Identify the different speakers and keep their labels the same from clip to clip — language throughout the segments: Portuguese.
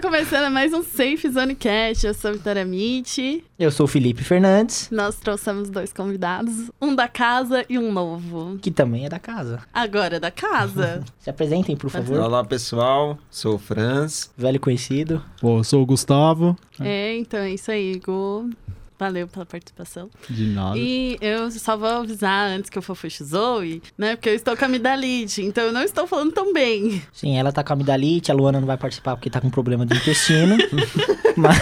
Speaker 1: começando mais um Safe Zone Cast. Eu sou a Vitória Mitty.
Speaker 2: Eu sou o Felipe Fernandes,
Speaker 1: Nós trouxemos dois convidados, um da casa e um novo.
Speaker 2: que também é da casa.
Speaker 1: Agora é da casa.
Speaker 2: Se apresentem, por favor.
Speaker 3: Olá pessoal, sou o Franz.
Speaker 2: Velho conhecido.
Speaker 4: Bom, eu sou o Gustavo.
Speaker 1: é, então é isso aí, Igor. Valeu pela participação.
Speaker 4: De nada.
Speaker 1: E eu só vou avisar antes que eu fofuchizou, né? Porque eu estou com a amidalite, então eu não estou falando tão bem.
Speaker 2: Sim, ela tá com amidalite, a Luana não vai participar porque tá com problema de intestino. mas,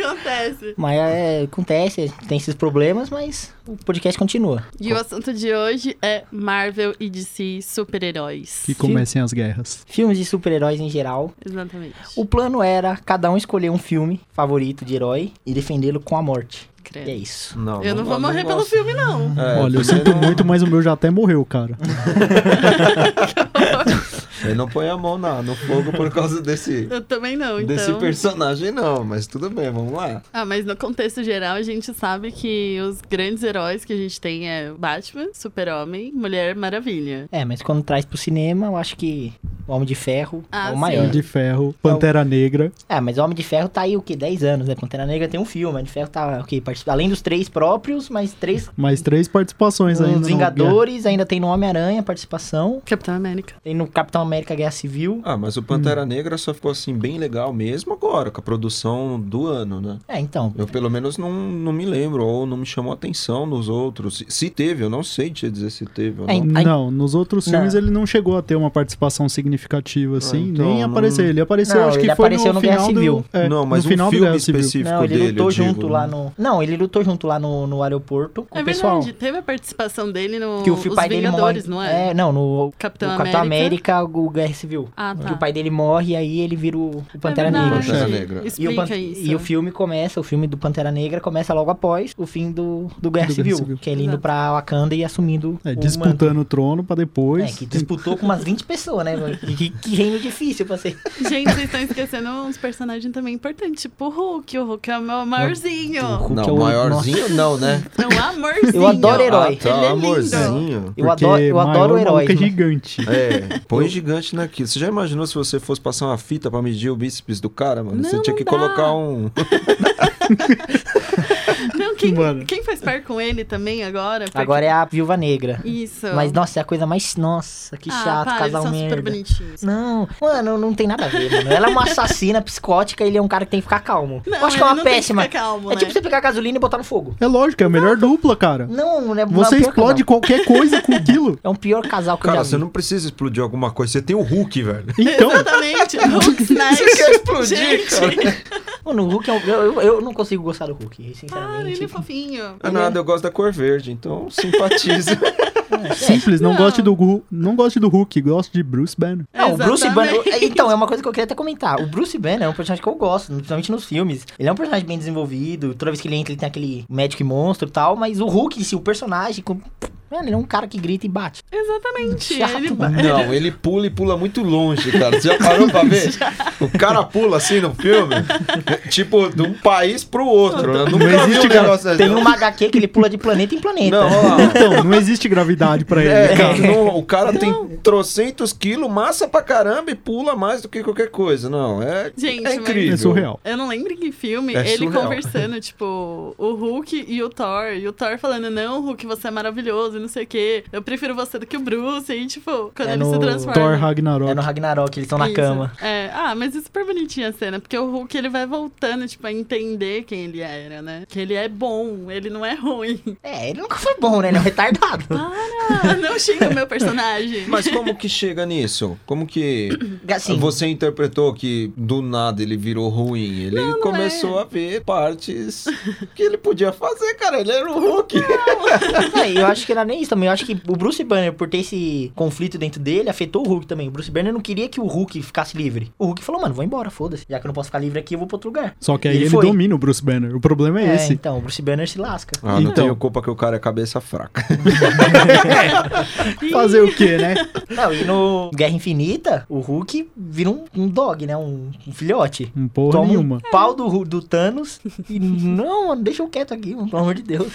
Speaker 1: Acontece.
Speaker 2: mas é, acontece, tem esses problemas, mas o podcast continua.
Speaker 1: E o assunto de hoje é Marvel e DC super-heróis.
Speaker 4: Que comecem as guerras.
Speaker 2: Filmes de super-heróis em geral.
Speaker 1: Exatamente.
Speaker 2: O plano era cada um escolher um filme favorito de herói e defendê-lo com a morte.
Speaker 1: Credo.
Speaker 2: E é isso.
Speaker 3: Não,
Speaker 1: Eu não vou morrer pelo filme, não.
Speaker 3: É,
Speaker 4: Olha, eu sinto muito, mas o meu já até morreu, cara.
Speaker 3: Eu não ponho a mão na- no fogo por causa desse,
Speaker 1: Eu também não, então.
Speaker 3: desse personagem, não, mas tudo bem, vamos lá.
Speaker 1: Ah, mas no contexto geral, a gente sabe que os grandes heróis que a gente tem é Batman, Super-Homem, Mulher Maravilha.
Speaker 2: É, mas quando traz pro cinema, eu acho que o Homem de Ferro
Speaker 1: Ah,
Speaker 2: é o
Speaker 1: sim.
Speaker 2: maior.
Speaker 4: Homem de Ferro, Pantera Negra.
Speaker 2: Ah, mas o Homem de Ferro tá aí o quê? 10 anos, né? Pantera Negra tem um filme, o Homem de Ferro tá o quê? Participa- Além dos três próprios, mas três
Speaker 4: Mais três participações ainda.
Speaker 2: nos
Speaker 4: no-
Speaker 2: Vingadores, ainda tem no Homem-Aranha participação,
Speaker 1: Capitão América.
Speaker 2: tem no Capitão América Guerra Civil.
Speaker 3: Ah, mas o
Speaker 4: Hum.
Speaker 3: Pantera Negra só ficou assim bem legal mesmo agora, com a produção do ano, né?
Speaker 2: É, então.
Speaker 3: Eu pelo menos não, não me lembro, ou não me chamou atenção nos outros. Se, se teve, eu não sei te dizer se teve ou
Speaker 2: É,
Speaker 3: não.
Speaker 2: Ai-
Speaker 4: Não, nos outros
Speaker 2: Não.
Speaker 4: filmes ele não chegou a ter uma participação significativa, assim,
Speaker 3: então,
Speaker 4: nem
Speaker 3: não-
Speaker 4: apareceu. Ele apareceu,
Speaker 2: Não,
Speaker 4: acho que
Speaker 2: ele
Speaker 4: foi
Speaker 2: apareceu
Speaker 4: no,
Speaker 2: no Guerra
Speaker 4: final
Speaker 2: Civil.
Speaker 4: do... é,
Speaker 3: não, mas
Speaker 4: no
Speaker 3: um
Speaker 4: final do
Speaker 3: filme
Speaker 4: Guerra Civil.
Speaker 3: específico
Speaker 2: Não, ele
Speaker 3: dele,
Speaker 2: lutou
Speaker 3: eu digo,
Speaker 2: junto lá
Speaker 3: né?
Speaker 2: no. Não, ele lutou junto lá no, no aeroporto com
Speaker 1: é
Speaker 2: o pessoal.
Speaker 1: verdade, teve a participação dele no
Speaker 2: Que o, fi- o
Speaker 1: Os
Speaker 2: pai
Speaker 1: Vingadores,
Speaker 2: dele morre.
Speaker 1: não é?
Speaker 2: não, no
Speaker 1: Capitão,
Speaker 2: no Capitão
Speaker 1: América.
Speaker 2: América, o Guerra Civil.
Speaker 1: Ah, tá.
Speaker 2: Que o pai dele morre, aí ele vira o, o Pantera
Speaker 1: é
Speaker 2: Negra.
Speaker 1: verdade.
Speaker 3: Pantera Negra.
Speaker 2: E o,
Speaker 1: Explica
Speaker 2: pan-
Speaker 1: isso.
Speaker 2: e o filme começa, o filme do Pantera Negra começa logo após o fim do, do Guerra
Speaker 4: Do Guerra
Speaker 2: Civil,
Speaker 4: Civil.
Speaker 2: que é ele indo
Speaker 1: Exato.
Speaker 2: pra Wakanda e assumindo
Speaker 4: É,
Speaker 2: o manto.
Speaker 4: disputando o trono pra depois.
Speaker 2: É, que disputou com umas 20 pessoas, né? mano? Que, que reino difícil pra ser.
Speaker 1: Gente, vocês estão esquecendo uns personagens também importantes, tipo o Hulk. O Hulk é o meu amorzinho.
Speaker 2: O Hulk
Speaker 3: Não,
Speaker 2: é o-
Speaker 3: maiorzinho não, né?
Speaker 1: É um amorzinho.
Speaker 2: Eu adoro herói.
Speaker 3: Ah, tá,
Speaker 1: Ele é lindo.
Speaker 3: amorzinho.
Speaker 2: Eu adoro, eu adoro né? heróis.
Speaker 4: Que é
Speaker 2: mano.
Speaker 4: gigante.
Speaker 3: É, põe gigante naquilo. Você já imaginou se você fosse passar uma fita pra medir o bíceps do cara, mano?
Speaker 1: Não,
Speaker 3: você tinha
Speaker 1: não
Speaker 3: que
Speaker 1: dá.
Speaker 3: colocar um.
Speaker 1: Não, quem,
Speaker 4: Mano.
Speaker 1: quem faz par com ele também agora? porque-
Speaker 2: Agora é a Viúva Negra.
Speaker 1: Isso.
Speaker 2: Mas, nossa, é a coisa mais... Nossa, que
Speaker 1: Então. ah,
Speaker 2: chato,
Speaker 1: para, eles
Speaker 2: casal
Speaker 1: são super
Speaker 2: merda.
Speaker 1: bonitinhos.
Speaker 2: Não, mano, não tem nada a ver, mano. Ela é uma assassina psicótica, ele é um cara que tem que ficar calmo.
Speaker 1: Não,
Speaker 2: eu acho que é
Speaker 1: ele
Speaker 2: uma
Speaker 1: não tem
Speaker 2: péssima.
Speaker 1: ficar calmo,
Speaker 2: é tipo
Speaker 1: né?
Speaker 2: você pegar gasolina e botar no fogo.
Speaker 4: É lógico, é a melhor dupla, cara.
Speaker 2: Não, é
Speaker 4: Você explode qualquer coisa com aquilo.
Speaker 2: É um pior casal que eu já
Speaker 3: Cara,
Speaker 2: vi.
Speaker 3: você não precisa explodir alguma coisa. Você tem o Hulk, velho.
Speaker 4: Então,
Speaker 2: tá
Speaker 1: Exatamente. Hulk Smash.
Speaker 3: Você quer explodir,
Speaker 1: Gente,
Speaker 2: Mano, o Hulk é um... eu, eu, eu não consigo gostar do Hulk,
Speaker 1: para,
Speaker 2: sinceramente.
Speaker 1: ele é fofinho.
Speaker 3: É nada, eu gosto da cor verde, então simpatiza.
Speaker 4: simples, não,
Speaker 1: Não.
Speaker 4: goste do Gu- não goste do Hulk, goste de Bruce Banner.
Speaker 2: Não, o Bruce Banner.
Speaker 1: Exatamente.
Speaker 2: Então, é uma coisa que eu queria até comentar. O Bruce Banner é um personagem que eu gosto, principalmente nos filmes. Ele é um personagem bem desenvolvido. Toda vez que ele entra, ele tem aquele médico e monstro e tal. Mas o Hulk, se o personagem. com- Mano, ele é um cara que grita e bate.
Speaker 1: Exatamente.
Speaker 2: Chato,
Speaker 1: ele...
Speaker 2: mano.
Speaker 3: Não, ele pula e pula muito longe, cara. Você já parou pra ver? O cara pula assim no filme, tipo, de um país pro outro. Eu nunca vi um
Speaker 4: existe, cara.
Speaker 3: negócio assim.
Speaker 2: né? Tem uma HQ que ele pula de planeta em planeta.
Speaker 3: Não, olha lá.
Speaker 4: Então, não existe gravidade pra ele.
Speaker 3: É,
Speaker 4: cara.
Speaker 3: cara, não, o cara tem trocentos quilos, massa pra caramba e pula mais do que qualquer coisa. Não, é,
Speaker 1: Gente,
Speaker 3: é
Speaker 1: mas-
Speaker 3: incrível.
Speaker 4: É surreal.
Speaker 1: Eu não lembro em que filme,
Speaker 3: É
Speaker 1: ele
Speaker 3: surreal.
Speaker 1: conversando, tipo, o Hulk e o Thor. E o Thor falando, não, Hulk, você é maravilhoso, e não sei o quê. Eu prefiro você do que o Bruce. E, tipo, quando
Speaker 2: É
Speaker 1: ele se
Speaker 2: no
Speaker 1: transforma.
Speaker 4: Thor
Speaker 2: É no
Speaker 4: Ragnarok.
Speaker 2: Ragnarok, eles estão na
Speaker 1: Isso.
Speaker 2: cama.
Speaker 1: É, ah, mas é super bonitinha a cena, porque o Hulk ele vai voltando, tipo, a entender quem ele era, né? Que ele é bom, ele não é ruim.
Speaker 2: É, ele nunca foi bom, né? Ele é um retardado.
Speaker 1: Para! não xinga o meu personagem.
Speaker 3: Mas como que chega nisso? Como que
Speaker 2: Assim,
Speaker 3: você interpretou que do nada ele virou ruim? Ele
Speaker 1: não é.
Speaker 3: começou a ver partes que ele podia fazer, cara. Ele era o Hulk.
Speaker 2: É, eu acho que era nem isso também. Eu acho que o Bruce Banner, por ter esse conflito dentro dele, afetou o Hulk também. O Bruce Banner não queria que o Hulk ficasse livre. O Hulk falou, mano, vou embora, foda-se. Já que eu não posso ficar livre aqui, eu vou pra outro lugar.
Speaker 4: Só que aí
Speaker 2: Ele
Speaker 4: ele,
Speaker 2: foi.
Speaker 4: domina o Bruce Banner. O problema é, esse.
Speaker 2: então, o Bruce Banner se lasca.
Speaker 3: Ah, não
Speaker 4: Então.
Speaker 3: tenho culpa que o cara é cabeça fraca.
Speaker 1: Ih,
Speaker 4: Fazer o quê, né?
Speaker 2: Não, e no Guerra Infinita, o Hulk vira um, um dog, né? Um, um filhote.
Speaker 4: Não porra
Speaker 2: Toma
Speaker 4: nenhuma.
Speaker 2: um pau do, Hu- do Thanos e não, mano, deixa eu quieto aqui, mano, pelo amor de Deus.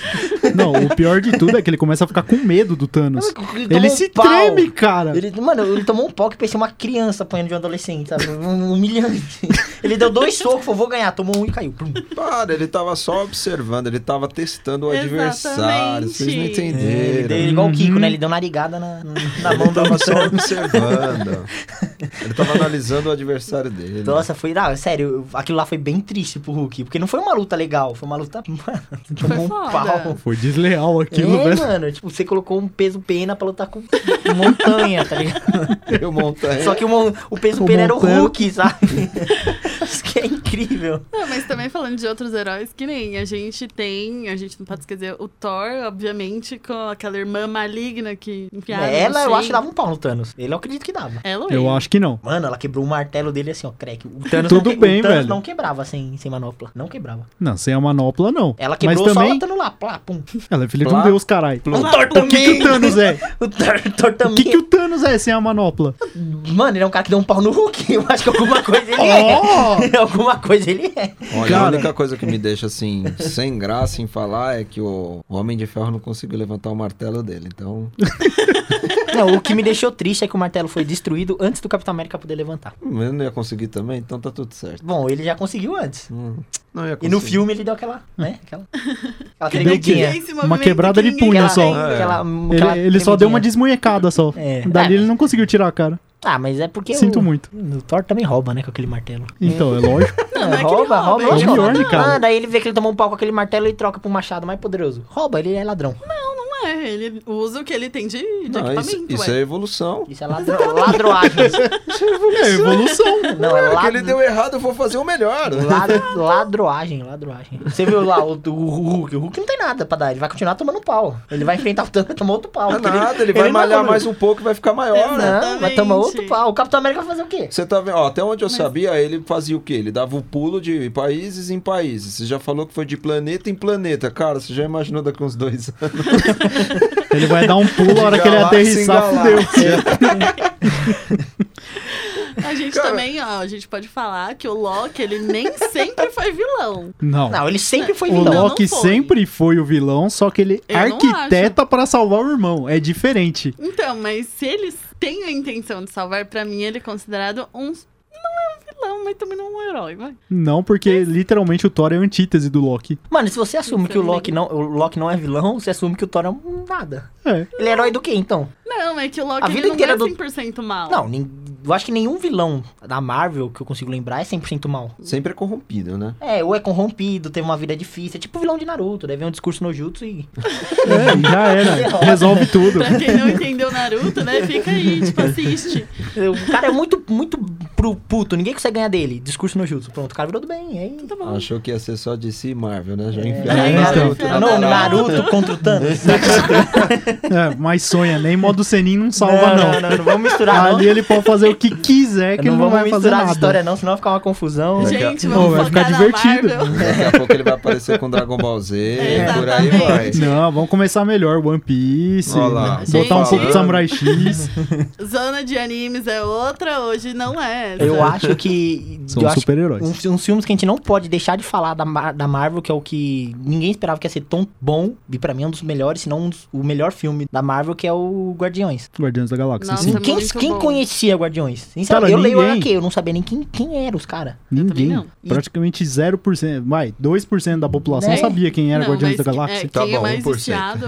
Speaker 4: Não, o pior de tudo é que ele começa a ficar com medo do Thanos.
Speaker 2: Ele tomou
Speaker 4: Ele
Speaker 2: um
Speaker 4: se
Speaker 2: pau.
Speaker 4: treme, cara.
Speaker 2: Ele, mano, ele tomou um pau que parecia uma criança apanhando de um adolescente, sabe? Um- Humilhante. Ele deu dois socos, falou, vou ganhar. Tomou um e caiu. Plum.
Speaker 3: Para, ele tava só observando, ele tava testando o adversário. Vocês não
Speaker 1: Exatamente.
Speaker 2: É, Ele deu,
Speaker 3: entenderam.
Speaker 2: ele igual o Kiko,
Speaker 4: Uhum.
Speaker 2: né? Ele deu narigada na, na mão
Speaker 3: Ele
Speaker 2: do
Speaker 3: tava só observando. Ele tava analisando o adversário dele.
Speaker 2: Nossa, foi. Ah, sério, aquilo lá foi bem triste pro Hulk. Porque não foi uma luta legal, foi uma luta. Mano, tomou um
Speaker 1: foda.
Speaker 2: pau.
Speaker 4: Foi desleal aquilo,
Speaker 2: É,
Speaker 3: né?
Speaker 4: velho.
Speaker 2: mano, tipo, você colocou um peso pena pra lutar com montanha, tá ligado?
Speaker 3: Eu montei.
Speaker 2: Só que o, mon- o peso
Speaker 4: O
Speaker 2: pena era o
Speaker 4: montanha.
Speaker 2: Hulk, sabe? Isso que é incrível.
Speaker 1: Não, mas também falando de outros heróis, que nem a gente tem, a gente não pode esquecer o Thor, obviamente, com aquela irmã maligna que enfiaram.
Speaker 2: ela, eu acho que dava um pau no Thanos. Ele eu acredito que dava.
Speaker 1: Ela é. ou
Speaker 4: Eu
Speaker 1: ele?
Speaker 4: acho que não.
Speaker 2: Mano, ela quebrou o martelo dele assim, ó, crack. O Thanos,
Speaker 4: Tudo
Speaker 2: não, que-
Speaker 4: bem,
Speaker 2: o Thanos
Speaker 4: velho.
Speaker 2: não quebrava assim, sem, sem manopla. Não quebrava.
Speaker 4: Não, sem a manopla, não.
Speaker 2: Ela quebrou só
Speaker 4: Mas também,
Speaker 2: lutando lá, plá, pum.
Speaker 4: ela é filha de
Speaker 3: Plá.
Speaker 4: um deus, caralho.
Speaker 3: Plum.
Speaker 2: O Thor
Speaker 4: O que, que
Speaker 2: também.
Speaker 4: o Thanos é?
Speaker 2: O Thor, Thor
Speaker 4: O
Speaker 2: também.
Speaker 4: que, que o Thanos é sem a manopla?
Speaker 2: Mano, ele é um cara que deu um pau no Hulk. Eu acho que alguma coisa ele é. alguma coisa ele é.
Speaker 3: Olha, a
Speaker 4: Cara.
Speaker 3: única coisa que me deixa assim, sem graça em falar, é que o Homem de Ferro não conseguiu levantar o martelo dele. Então,
Speaker 2: Não, o que me deixou triste é que o martelo foi destruído antes do Capitão América poder levantar.
Speaker 3: hum, eu não ia conseguir também, então tá tudo certo.
Speaker 2: Bom, ele já conseguiu antes.
Speaker 3: Hum, Não ia
Speaker 2: E
Speaker 3: conseguir.
Speaker 2: no filme ele deu aquela, né? Aquela, aquela
Speaker 4: deu o quê?
Speaker 2: tremidinha.
Speaker 1: Tem esse
Speaker 4: Uma
Speaker 1: movimento
Speaker 4: quebrada
Speaker 1: que
Speaker 4: de
Speaker 1: ninguém
Speaker 4: punho
Speaker 2: Aquela,
Speaker 1: tá
Speaker 4: só.
Speaker 1: vendo.
Speaker 2: aquela- um aquela
Speaker 4: Ele, ele só deu uma
Speaker 2: tremidinha.
Speaker 4: desmunhecada só.
Speaker 2: É.
Speaker 4: Dali
Speaker 1: Tá.
Speaker 2: É.
Speaker 4: ele não conseguiu tirar a cara.
Speaker 2: Ah, mas é porque
Speaker 4: Sinto
Speaker 2: o,
Speaker 4: muito.
Speaker 2: o Thor também rouba, né, com aquele martelo.
Speaker 4: Então, é lógico.
Speaker 1: Não, não é que ele rouba, ele
Speaker 2: lógico.
Speaker 4: rouba. É o Bjorn, cara.
Speaker 2: Ah, daí ele vê que ele tomou um pau com aquele martelo e troca pra um machado mais poderoso. Rouba, ele é ladrão.
Speaker 1: Não é, ele usa o que ele tem de, de
Speaker 3: Não,
Speaker 1: equipamento.
Speaker 3: isso, isso
Speaker 1: ué.
Speaker 3: é evolução.
Speaker 2: Isso é ladrão, ladroagem.
Speaker 4: É evolução.
Speaker 2: Não, é
Speaker 3: É que ele
Speaker 2: ladrão.
Speaker 3: deu errado, eu vou fazer o melhor.
Speaker 2: Lad- ladroagem, ladroagem. Você viu lá o, o Hulk? O Hulk não tem nada pra dar, ele vai continuar tomando pau. Ele vai enfrentar o Thanos e tomar outro pau.
Speaker 3: Não é
Speaker 2: porque
Speaker 3: nada, ele vai
Speaker 2: não
Speaker 3: malhar
Speaker 2: evolui.
Speaker 3: mais um pouco e vai ficar maior. né?
Speaker 2: Não, vai tomar outro
Speaker 1: Exatamente.
Speaker 2: pau. O Capitão América vai fazer o quê?
Speaker 3: Você tá vendo, ó, até onde eu sabia, ele fazia o quê? Ele dava o pulo de países em países. Você já falou que foi de planeta em planeta. Cara, você já imaginou daqui uns dois anos?
Speaker 4: Ele vai dar um pulo na hora
Speaker 3: De
Speaker 4: que ele
Speaker 3: galáxia em
Speaker 4: aterrissar, fudeu.
Speaker 3: galáxia.
Speaker 1: A gente
Speaker 3: Cara.
Speaker 1: também, ó, a gente pode falar que o Loki, ele nem sempre foi vilão.
Speaker 4: Não.
Speaker 2: Não, ele sempre foi
Speaker 4: O
Speaker 2: vilão.
Speaker 1: não
Speaker 4: Loki
Speaker 1: foi.
Speaker 4: sempre foi o vilão, só que ele
Speaker 1: Eu não
Speaker 4: arquiteta pra salvar o irmão. É diferente.
Speaker 1: Então, mas se ele tem a intenção de salvar, pra mim ele é considerado um... Não é um vilão, mas também não é um herói, vai.
Speaker 4: Não, porque literalmente o Thor é a antítese do Loki.
Speaker 2: Mano, se você assume que o Loki, não, o Loki não é vilão, você assume que o Thor é um nada.
Speaker 4: É.
Speaker 2: Ele é herói do quê, então?
Speaker 1: Não, é que o Loki
Speaker 2: A
Speaker 1: ele
Speaker 2: vida
Speaker 1: não
Speaker 2: inteira
Speaker 1: é
Speaker 2: do-
Speaker 1: 100% mal.
Speaker 2: Não, nem- eu acho que nenhum vilão da Marvel que eu consigo lembrar é 100% mal.
Speaker 3: Sempre é corrompido, né?
Speaker 2: É, ou é corrompido, teve uma vida difícil. É tipo o vilão de Naruto, deve um discurso no Jutsu e.
Speaker 4: É, e já era. Resolve tudo.
Speaker 1: Pra quem não entendeu Naruto, né, fica aí, tipo, assiste.
Speaker 2: O cara é muito, muito pro puto, ninguém consegue ganhar dele. Discurso no Jutsu. Pronto, o cara virou do bem. é Aí.
Speaker 1: Tá bom.
Speaker 3: Achou que ia ser só de si Marvel, né? Já
Speaker 4: É,
Speaker 3: enfiaram
Speaker 4: então.
Speaker 3: Naruto na
Speaker 2: Não,
Speaker 3: parada.
Speaker 2: Naruto contra o Thanos.
Speaker 4: É, mas sonha, nem modo Senin não salva, não.
Speaker 2: não, não, vamos misturar, não.
Speaker 4: Ali ele pode fazer o que quiser, que ele
Speaker 2: não
Speaker 4: não
Speaker 2: vamos
Speaker 4: vai fazer
Speaker 2: misturar
Speaker 4: nada.
Speaker 2: as histórias, não, senão vai ficar uma confusão.
Speaker 3: Gente,
Speaker 1: Gente,
Speaker 4: Pô,
Speaker 1: vamos
Speaker 4: vai ficar
Speaker 1: focar na
Speaker 4: divertido.
Speaker 1: Marvel.
Speaker 3: Daqui a pouco ele vai aparecer com Dragon Ball Z,
Speaker 1: É,
Speaker 3: por aí vai.
Speaker 1: exatamente.
Speaker 4: Não, vamos começar melhor. One Piece.
Speaker 3: Olha lá,
Speaker 4: Botar um
Speaker 1: Gente.
Speaker 4: pouco de Samurai X.
Speaker 1: Zona de animes é outra, hoje não é essa.
Speaker 2: Eu acho que.
Speaker 4: São
Speaker 2: eu acho
Speaker 4: super-heróis.
Speaker 2: um fi- Uns, filmes que a gente não pode deixar de falar da, Mar- da Marvel, que é o que ninguém esperava que ia ser tão bom. E pra mim é um dos melhores, se não um dos- o melhor filme da Marvel, que é o Guardiões.
Speaker 4: Guardiões da Galáxia.
Speaker 1: Nossa,
Speaker 4: sim.
Speaker 1: é
Speaker 2: quem
Speaker 1: muito
Speaker 2: quem
Speaker 1: bom.
Speaker 2: conhecia Guardiões?
Speaker 4: Cara,
Speaker 2: Sinceramente, eu leio
Speaker 4: ninguém.
Speaker 2: o HQ, eu não sabia nem quem, quem eram os caras.
Speaker 1: também
Speaker 4: Ninguém.
Speaker 1: não.
Speaker 4: Praticamente 0%. Vai, 2% da população
Speaker 2: Né?
Speaker 4: sabia quem era
Speaker 1: Não,
Speaker 4: Guardiões da
Speaker 1: mas que-
Speaker 4: Galáxia.
Speaker 1: É,
Speaker 3: Tá
Speaker 1: quem é
Speaker 3: bom,
Speaker 2: um
Speaker 1: mais
Speaker 3: 1%.
Speaker 1: viciado,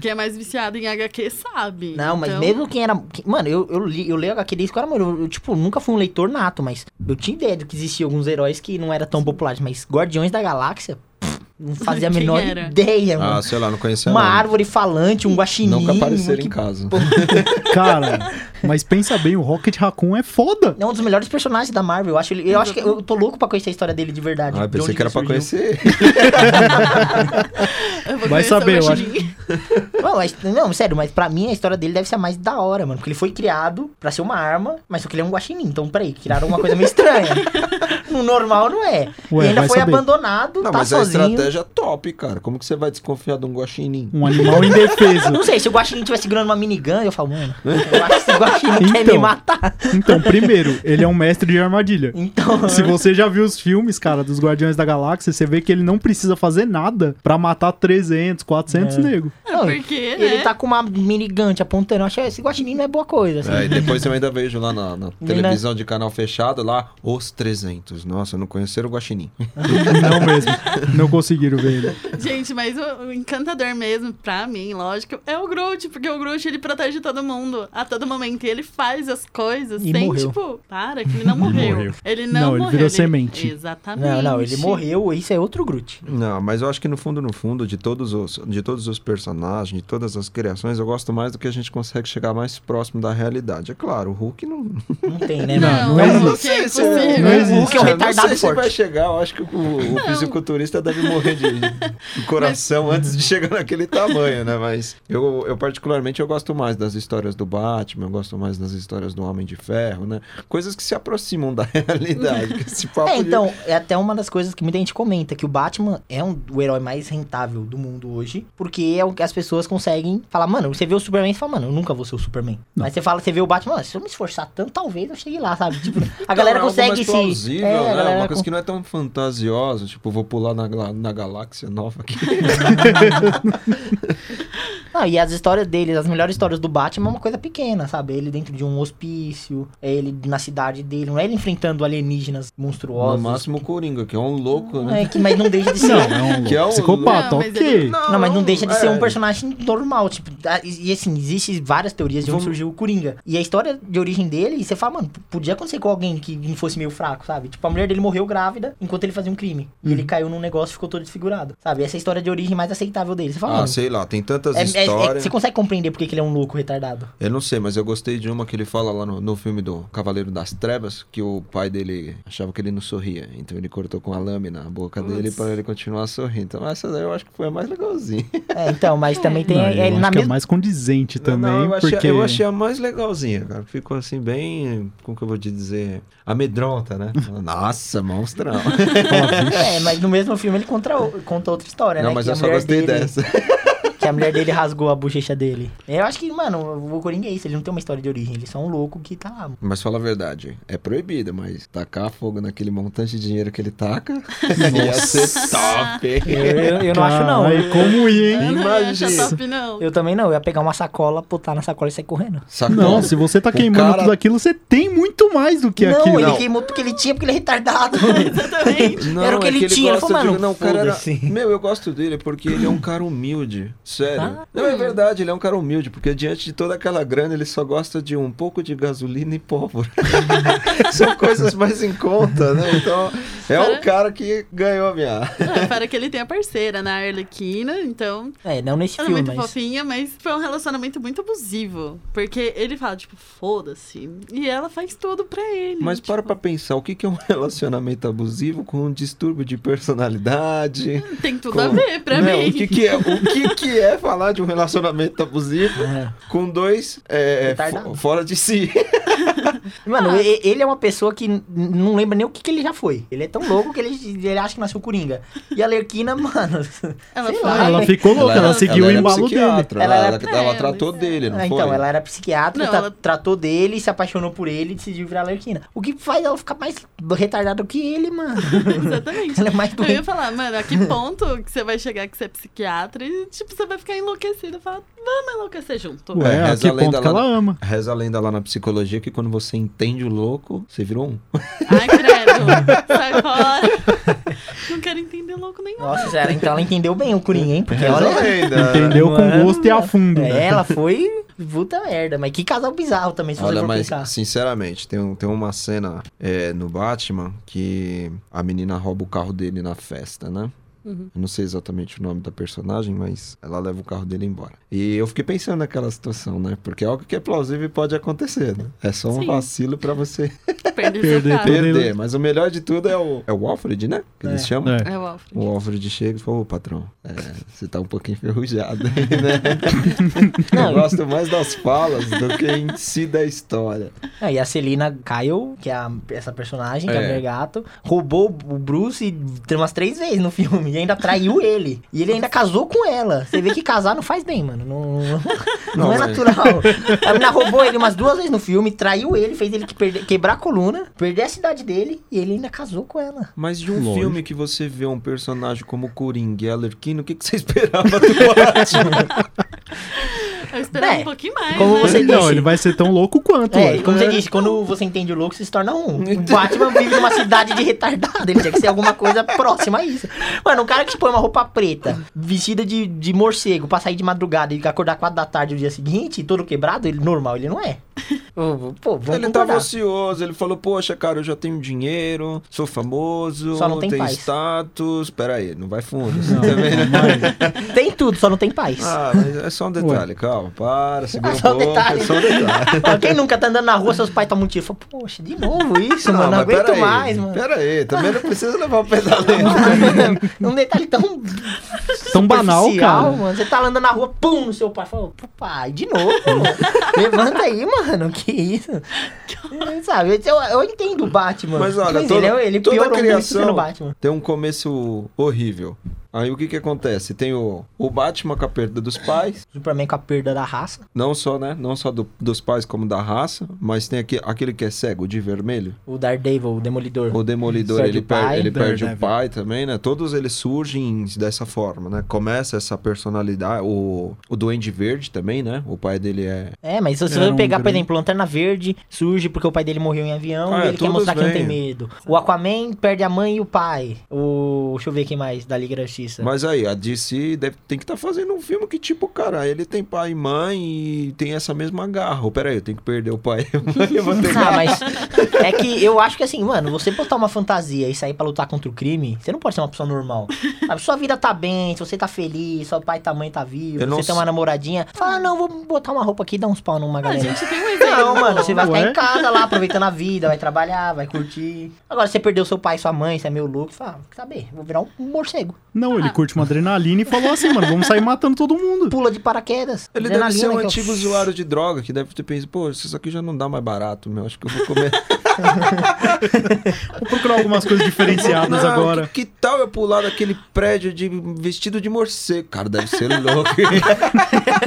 Speaker 1: quem é mais viciado em HQ sabe.
Speaker 2: Não, mas
Speaker 1: Então,
Speaker 2: mesmo quem era. que- mano, eu, eu, li, eu leio HQ desde que eu era mano. Eu, eu, tipo, nunca fui um leitor nato, mas eu tinha ideia de que existiam alguns heróis que não eram tão populares. Mas Guardiões da Galáxia, pff, não fazia a
Speaker 1: Quem
Speaker 2: menor
Speaker 1: era?
Speaker 2: ideia, mano.
Speaker 3: Ah, sei lá, não conhecia
Speaker 2: Uma
Speaker 3: nada.
Speaker 2: árvore falante, um guaxinim.
Speaker 3: Nunca apareceram
Speaker 2: que-
Speaker 3: em casa.
Speaker 4: Cara, mas pensa bem, o Rocket Raccoon é foda.
Speaker 2: É um dos melhores personagens da Marvel. Eu acho, ele- eu acho que eu tô louco pra conhecer a história dele de verdade.
Speaker 3: Ah,
Speaker 2: de onde
Speaker 3: pensei que era pra
Speaker 2: ele surgiu. Tá
Speaker 3: conhecer.
Speaker 1: eu vou
Speaker 4: Vai
Speaker 1: começar
Speaker 4: saber,
Speaker 1: o
Speaker 4: eu acho.
Speaker 1: Guaxinim.
Speaker 2: Não, mas- não, sério, mas pra mim a história dele deve ser a mais da hora, mano. Porque ele foi criado pra ser uma arma, mas só que ele é um guaxinim. Então, peraí, criaram uma coisa meio estranha. no normal não é.
Speaker 4: Ué,
Speaker 2: e ainda
Speaker 4: vai
Speaker 2: foi
Speaker 4: saber.
Speaker 2: abandonado,
Speaker 3: Não,
Speaker 2: tá
Speaker 3: mas
Speaker 2: sozinho.
Speaker 3: a estratégia é top, cara. Como que você vai desconfiar de um guaxinim?
Speaker 4: Um animal indefeso.
Speaker 2: Não sei, se o guaxinim estiver segurando uma minigun, eu falo, mano, eu acho que esse gua- Itachi não quer me
Speaker 4: Então.
Speaker 2: matar.
Speaker 4: Então, primeiro, ele é um mestre de armadilha.
Speaker 2: Então,
Speaker 4: Se você já viu os filmes, cara, dos Guardiões da Galáxia, você vê que ele não precisa fazer nada pra matar 300, 400 nego.
Speaker 2: não,
Speaker 3: Uhum.
Speaker 1: Porque, né?
Speaker 2: ele tá com uma minigun te apontando. Eu acho que esse guaxinim não é boa coisa, assim.
Speaker 3: É, e depois eu ainda vejo lá na, na
Speaker 2: Menina.
Speaker 3: televisão de canal fechado, lá, os 300. Nossa, não conheceram o Guaxinim.
Speaker 4: Não mesmo. Não conseguiram ver ele.
Speaker 1: Gente, mas o, o encantador mesmo, pra mim, lógico, é o Groot, porque o Groot ele protege todo mundo a todo momento. E ele faz as coisas
Speaker 2: E
Speaker 1: sem,
Speaker 2: morreu.
Speaker 1: tipo, para, que ele não morreu.
Speaker 5: morreu.
Speaker 1: Ele não,
Speaker 4: Não, ele
Speaker 1: morreu.
Speaker 4: virou semente.
Speaker 1: Exatamente.
Speaker 2: Não, não, ele morreu, isso é outro Groot.
Speaker 3: Não, mas eu acho que no fundo, no fundo, de todos os, de todos os personagens, de todas as criações, eu gosto mais do que a gente consegue chegar mais próximo da realidade. É claro, o Hulk não.
Speaker 2: Não tem, né,
Speaker 1: Não,
Speaker 2: mano?
Speaker 4: não
Speaker 1: mas
Speaker 4: existe.
Speaker 1: o que é
Speaker 3: se o-
Speaker 1: impossível?
Speaker 4: Não existe.
Speaker 3: o
Speaker 2: Hulk é um
Speaker 3: cara,
Speaker 2: retardado
Speaker 3: não sei se
Speaker 2: forte.
Speaker 3: vai chegar. Eu acho que o, o fisiculturista deve morrer de, de coração antes de chegar naquele tamanho, né? Mas eu, eu particularmente, eu gosto mais das histórias do Batman, eu gosto mais das histórias do Homem de Ferro, né? Coisas que se aproximam da realidade. que esse papo
Speaker 2: É,
Speaker 3: de-
Speaker 2: então, é até uma das coisas que muita gente comenta, que o Batman é um, o herói mais rentável do mundo hoje, porque é o que as pessoas conseguem falar, mano, você vê o Superman e fala, mano, eu nunca vou ser o Superman. Mas você fala, você vê o Batman, "Mano, se eu me esforçar tanto, talvez eu chegue lá, sabe? Tipo, a galera
Speaker 3: Então, é
Speaker 2: consegue
Speaker 3: algo mais
Speaker 2: se...
Speaker 3: plausível,
Speaker 2: é, a
Speaker 3: né?
Speaker 2: galera
Speaker 3: Uma coisa
Speaker 2: con-
Speaker 3: que não é tão fantasiosa, tipo, vou pular na, gla- na galáxia nova aqui.
Speaker 2: Não, e as histórias dele, as melhores histórias do Batman é uma coisa pequena, sabe? Ele dentro de um hospício, é ele na cidade dele, não é ele enfrentando alienígenas
Speaker 3: no
Speaker 2: monstruosos.
Speaker 3: máximo o Coringa, que é um louco,
Speaker 2: Não
Speaker 3: né?
Speaker 2: é que, mas não deixa de ser.
Speaker 4: Não, é um
Speaker 3: Que é um-
Speaker 4: psicopata,
Speaker 1: Não, mas ele-
Speaker 4: ok.
Speaker 2: Não, mas não deixa de ser
Speaker 3: é.
Speaker 2: um personagem normal, tipo, a- e e assim, existem várias teorias de onde surgiu o Coringa. E a história de origem dele, você fala, mano, p- podia acontecer com alguém que não fosse meio fraco, sabe? Tipo, a mulher dele morreu grávida enquanto ele fazia um crime. E
Speaker 3: Uhum.
Speaker 2: ele caiu num negócio e ficou todo desfigurado, sabe? Essa é a história de origem mais aceitável dele. Você fala,
Speaker 3: Ah,
Speaker 2: mano,
Speaker 3: sei lá, tem tantas
Speaker 2: é- é- é-
Speaker 3: histórias.
Speaker 2: você consegue compreender porque que ele é um louco retardado.
Speaker 3: Eu não sei, mas eu gostei de uma que ele fala lá no, no filme do Cavaleiro das Trevas, que o pai dele achava que ele não sorria. Então ele cortou com a lâmina a boca dele
Speaker 1: Putz.
Speaker 3: pra ele continuar sorrindo. Então essa daí eu acho que foi a mais legalzinha.
Speaker 2: É, então, mas também tem
Speaker 4: Não, eu
Speaker 2: ele
Speaker 4: acho
Speaker 2: na
Speaker 4: que é
Speaker 2: mesma.
Speaker 4: mais condizente também,
Speaker 3: não, eu achei,
Speaker 4: porque...
Speaker 3: eu achei a mais legalzinha, cara. Ficou assim bem, como que eu vou te dizer? Amedronta, né? Nossa, monstrão.
Speaker 2: É, mas no mesmo filme ele contra, o- conta outra história,
Speaker 3: Não,
Speaker 2: né?
Speaker 3: mas
Speaker 2: Que
Speaker 3: eu
Speaker 2: a
Speaker 3: só
Speaker 2: mulher
Speaker 3: gostei
Speaker 2: dele-
Speaker 3: dessa.
Speaker 2: Que a mulher dele rasgou a bochecha dele. É, Eu acho que, mano, o Coringa é isso, ele não tem uma história de origem, ele é só um louco que tá lá.
Speaker 3: Mas fala a verdade, é proibido, mas tacar fogo naquele montante de dinheiro que ele taca ia ser top.
Speaker 2: Eu, eu- eu não acho não.
Speaker 4: Caralho,
Speaker 2: Eu,
Speaker 4: como ia, hein?
Speaker 1: Eu não acho
Speaker 3: Imagina.
Speaker 1: né, top, não.
Speaker 2: eu também não. Eu ia pegar uma sacola, botar na sacola e sair correndo.
Speaker 3: Sacou?
Speaker 4: Não, se você tá
Speaker 3: É. O
Speaker 4: queimando
Speaker 3: cara-
Speaker 4: tudo aquilo, você tem muito mais do que
Speaker 2: não,
Speaker 4: aquilo.
Speaker 2: ele
Speaker 3: Não.
Speaker 2: queimou porque ele tinha, porque ele é retardado.
Speaker 1: Exatamente.
Speaker 3: Não,
Speaker 2: Era o que
Speaker 3: é
Speaker 2: ele tinha, ele falou,
Speaker 3: gosta de-
Speaker 2: mano,
Speaker 3: não, o cara era...
Speaker 2: foda-se.
Speaker 3: Meu, eu gosto dele porque ele é um cara humilde. Sério.
Speaker 2: Ah.
Speaker 3: não, é verdade, ele é um cara humilde, porque diante de toda aquela grana, ele só gosta de um pouco de gasolina e pólvora. São coisas mais em conta, né? Então, é um cara que ganhou a minha.
Speaker 1: É, para que ele tenha parceira na Arlequina, então.
Speaker 2: É, não nesse
Speaker 1: Ela é
Speaker 2: filme,
Speaker 1: muito
Speaker 2: mas...
Speaker 1: fofinha, mas foi um relacionamento muito abusivo. Porque ele fala, tipo, foda-se. E ela faz tudo pra ele.
Speaker 3: Mas para pra pensar, o que que é um relacionamento abusivo com um distúrbio de personalidade?
Speaker 1: Tem tudo
Speaker 3: com-
Speaker 1: a ver pra
Speaker 3: Não,
Speaker 1: mim.
Speaker 3: O, que, que é, o que, que é falar de um relacionamento abusivo
Speaker 2: É.
Speaker 3: com dois é,
Speaker 2: Retardado.
Speaker 3: fo- fora de si?
Speaker 2: Mano, e- ele é uma pessoa que n- não lembra nem o que, que ele já foi. Ele é tão louco que ele, ele acha que nasceu Coringa. E a Lerquina, mano.
Speaker 1: Ela
Speaker 2: sei
Speaker 1: foi.
Speaker 2: lá. né?
Speaker 4: Ela ficou louca, ela,
Speaker 1: ela
Speaker 4: seguiu o
Speaker 3: era
Speaker 4: embalo dele.
Speaker 3: psiquiatra,
Speaker 2: Ela
Speaker 3: Ela,
Speaker 2: era-
Speaker 3: ela- ela
Speaker 1: É,
Speaker 3: tratou
Speaker 1: mas-
Speaker 3: dele, não
Speaker 2: Ah,
Speaker 3: foi?
Speaker 2: então, ela era psiquiatra,
Speaker 1: Não,
Speaker 2: tra-
Speaker 1: ela-
Speaker 2: tratou dele, se apaixonou por ele e decidiu virar Lerquina. O que faz ela ficar mais retardada que ele, mano.
Speaker 1: Exatamente.
Speaker 2: ela é mais
Speaker 1: Eu ia
Speaker 2: doente.
Speaker 1: falar, mano, a que ponto que você vai chegar que você é psiquiatra e, tipo, você vai ficar enlouquecida. Fala, vamos enlouquecer junto.
Speaker 4: Ué,
Speaker 3: É,
Speaker 4: a
Speaker 3: reza
Speaker 4: que
Speaker 3: a lenda
Speaker 4: ponto que ela
Speaker 3: lá-
Speaker 4: ama.
Speaker 3: Reza a lenda lá na psicologia que quando você entende o louco, você virou um.
Speaker 1: Ai, credo. Sai fora. Não quero entender louco nenhum.
Speaker 2: Nossa, sério, então ela entendeu bem o Coringa, hein? Porque olha.
Speaker 3: lenda.
Speaker 4: Entendeu
Speaker 2: Mano,
Speaker 4: com gosto e a fundo.
Speaker 2: É, ela foi puta merda, mas que casal bizarro também, se você
Speaker 3: Olha,
Speaker 2: for
Speaker 3: mas
Speaker 2: pensar.
Speaker 3: sinceramente, tem, um- tem uma cena é, no Batman que a menina rouba o carro dele na festa, né?
Speaker 1: Uhum.
Speaker 3: Eu não sei exatamente o nome da personagem, mas ela leva o carro dele embora. E eu fiquei pensando naquela situação, né? Porque é algo que é plausível e pode acontecer, né? É só um
Speaker 1: Sim.
Speaker 3: vacilo pra você
Speaker 1: Perder seu
Speaker 2: Ah.
Speaker 4: Perder
Speaker 1: carro.
Speaker 4: tudo.
Speaker 3: perder. Mas o melhor de tudo é o, é o Alfred, né? Que eles
Speaker 2: É.
Speaker 3: chamam.
Speaker 4: É.
Speaker 1: É o Alfred.
Speaker 3: O Alfred chega e fala, ô patrão, é, você tá um pouquinho enferrujado, né?
Speaker 2: Não.
Speaker 3: Eu gosto mais das falas do que em si da história.
Speaker 2: Ah, e a Celina Kyle, que é a- essa personagem, que é a
Speaker 3: É.
Speaker 2: mulher gato, roubou o Bruce umas três vezes no filme. e ainda traiu ele. E ele ainda casou com ela. Você vê que casar não faz bem, mano. Não, não,
Speaker 3: Não,
Speaker 2: é
Speaker 3: mas-
Speaker 2: natural. A menina roubou ele umas duas vezes no filme, traiu ele, fez ele que perde- quebrar a coluna, perder a cidade dele e ele ainda casou com ela.
Speaker 3: Mas de um
Speaker 4: Lógico.
Speaker 3: filme que você vê um personagem como Coringa e Alerquino, o que, que você esperava do Batman?
Speaker 1: Eu esperava
Speaker 2: É,
Speaker 1: um pouquinho mais,
Speaker 2: como
Speaker 1: né?
Speaker 2: você
Speaker 4: Ele não,
Speaker 2: disse.
Speaker 4: ele vai ser tão louco quanto,
Speaker 2: É,
Speaker 4: velho.
Speaker 2: como
Speaker 3: né?
Speaker 2: você disse, quando você entende o louco, você se torna um. O Batman vive numa cidade de retardado. Ele tinha que ser alguma coisa próxima a isso. Mano, um cara que põe uma roupa preta, vestida de, de morcego, pra sair de madrugada e acordar quatro da tarde no dia seguinte, todo quebrado, ele normal, ele não é. Pô, pô, vamos
Speaker 3: ele tá
Speaker 2: concordar.
Speaker 3: tava ocioso, ele falou, poxa, cara, eu já tenho dinheiro, sou famoso,
Speaker 2: Só não tem
Speaker 3: tenho
Speaker 2: paz."
Speaker 3: status. Pera aí, não vai fundo. Você
Speaker 4: Não,
Speaker 3: também, né?
Speaker 4: mas-
Speaker 2: Tem tudo, só não tem paz.
Speaker 3: Ah, mas é só um detalhe, calma, para, segura
Speaker 2: É
Speaker 3: um
Speaker 2: só um
Speaker 3: pouco,
Speaker 2: detalhe.
Speaker 3: é só um detalhe.
Speaker 2: Ó, Quem nunca tá andando na rua, seus pais tomam um tiro. Fala, poxa, de novo isso,
Speaker 3: Não,
Speaker 2: mano. Não
Speaker 3: mas
Speaker 2: aguento
Speaker 3: pera aí,
Speaker 2: mais, mano.
Speaker 3: Pera aí, também não precisa levar o pedalinho.
Speaker 2: um detalhe tão
Speaker 4: Tão banal,
Speaker 2: superficial,
Speaker 4: cara.
Speaker 2: mano. Você tá andando na rua, pum, no seu pai falou, pô, pai, de novo, mano. Levanta aí, mano, que isso. É, Sabe, eu, eu entendo o Batman.
Speaker 3: Mas olha,
Speaker 2: ele,
Speaker 3: toda-
Speaker 2: é- ele
Speaker 3: toda
Speaker 2: piorou
Speaker 3: criação-
Speaker 2: muito sendo Batman.
Speaker 3: Tem um começo horrível. Aí o que que acontece? Tem o, o Batman com a perda dos pais,
Speaker 2: Superman com a perda da raça.
Speaker 3: não só, né? Não só do- dos pais como da raça, mas tem aqui, aquele que é cego, de vermelho.
Speaker 2: O Daredevil, o Demolidor.
Speaker 3: O Demolidor,
Speaker 2: Perde
Speaker 3: ele,
Speaker 2: o
Speaker 3: per-
Speaker 2: pai.
Speaker 3: ele perde o
Speaker 4: Daredevil.
Speaker 3: pai também, né? Todos eles surgem dessa forma, né? Começa essa personalidade. O, o Duende Verde também, né? O pai dele é.
Speaker 2: É, mas se você
Speaker 4: Era um
Speaker 2: pegar, por
Speaker 4: grande-
Speaker 2: exemplo, Lanterna Verde, surge porque o pai dele morreu em avião e
Speaker 3: Ah, é,
Speaker 2: ele quer
Speaker 3: todos
Speaker 2: mostrar que não tem
Speaker 3: vêm.
Speaker 2: medo. O Aquaman perde a mãe e o pai. O... Deixa eu ver quem mais da Liga da Justiça.
Speaker 3: Mas aí, a DC deve- tem que estar fazendo um filme que, tipo, cara, ele tem pai e mãe e tem essa mesma garra. Oh, Pera aí, eu tenho que perder o pai e a mãe. Eu vou ter
Speaker 2: Ah, mas é que eu acho que assim, mano, você botar uma fantasia e sair pra lutar contra o crime, você não pode ser uma pessoa normal. Sabe? Sua vida tá bem, se você tá feliz, seu pai e tua mãe tá vivo,
Speaker 3: Eu não
Speaker 2: você tem uma
Speaker 3: sei.
Speaker 2: namoradinha, fala, não, vou botar uma roupa aqui e dar uns pau numa
Speaker 1: A
Speaker 2: galera.
Speaker 1: gente tem um exemplo.
Speaker 2: Não, mano, você vai ficar
Speaker 4: Ué?
Speaker 2: em casa lá, aproveitando a vida, vai trabalhar, vai curtir. Agora, você perdeu seu pai, sua mãe, você é meio louco, fala, ah, quer saber, vou virar um morcego.
Speaker 4: Não, ele curte uma adrenalina e falou assim, mano, vamos sair matando todo mundo.
Speaker 2: Pula de paraquedas.
Speaker 3: Ele deve ser um
Speaker 2: adrenalina, que eu-
Speaker 3: antigo usuário de droga que deve ter pensado, pô, isso aqui já não dá mais barato, meu. Acho que eu vou comer.
Speaker 4: Vou procurar algumas coisas
Speaker 3: Não,
Speaker 4: diferenciadas é agora.
Speaker 3: Que, que tal eu pular daquele prédio de vestido de morcego? Cara, deve ser louco.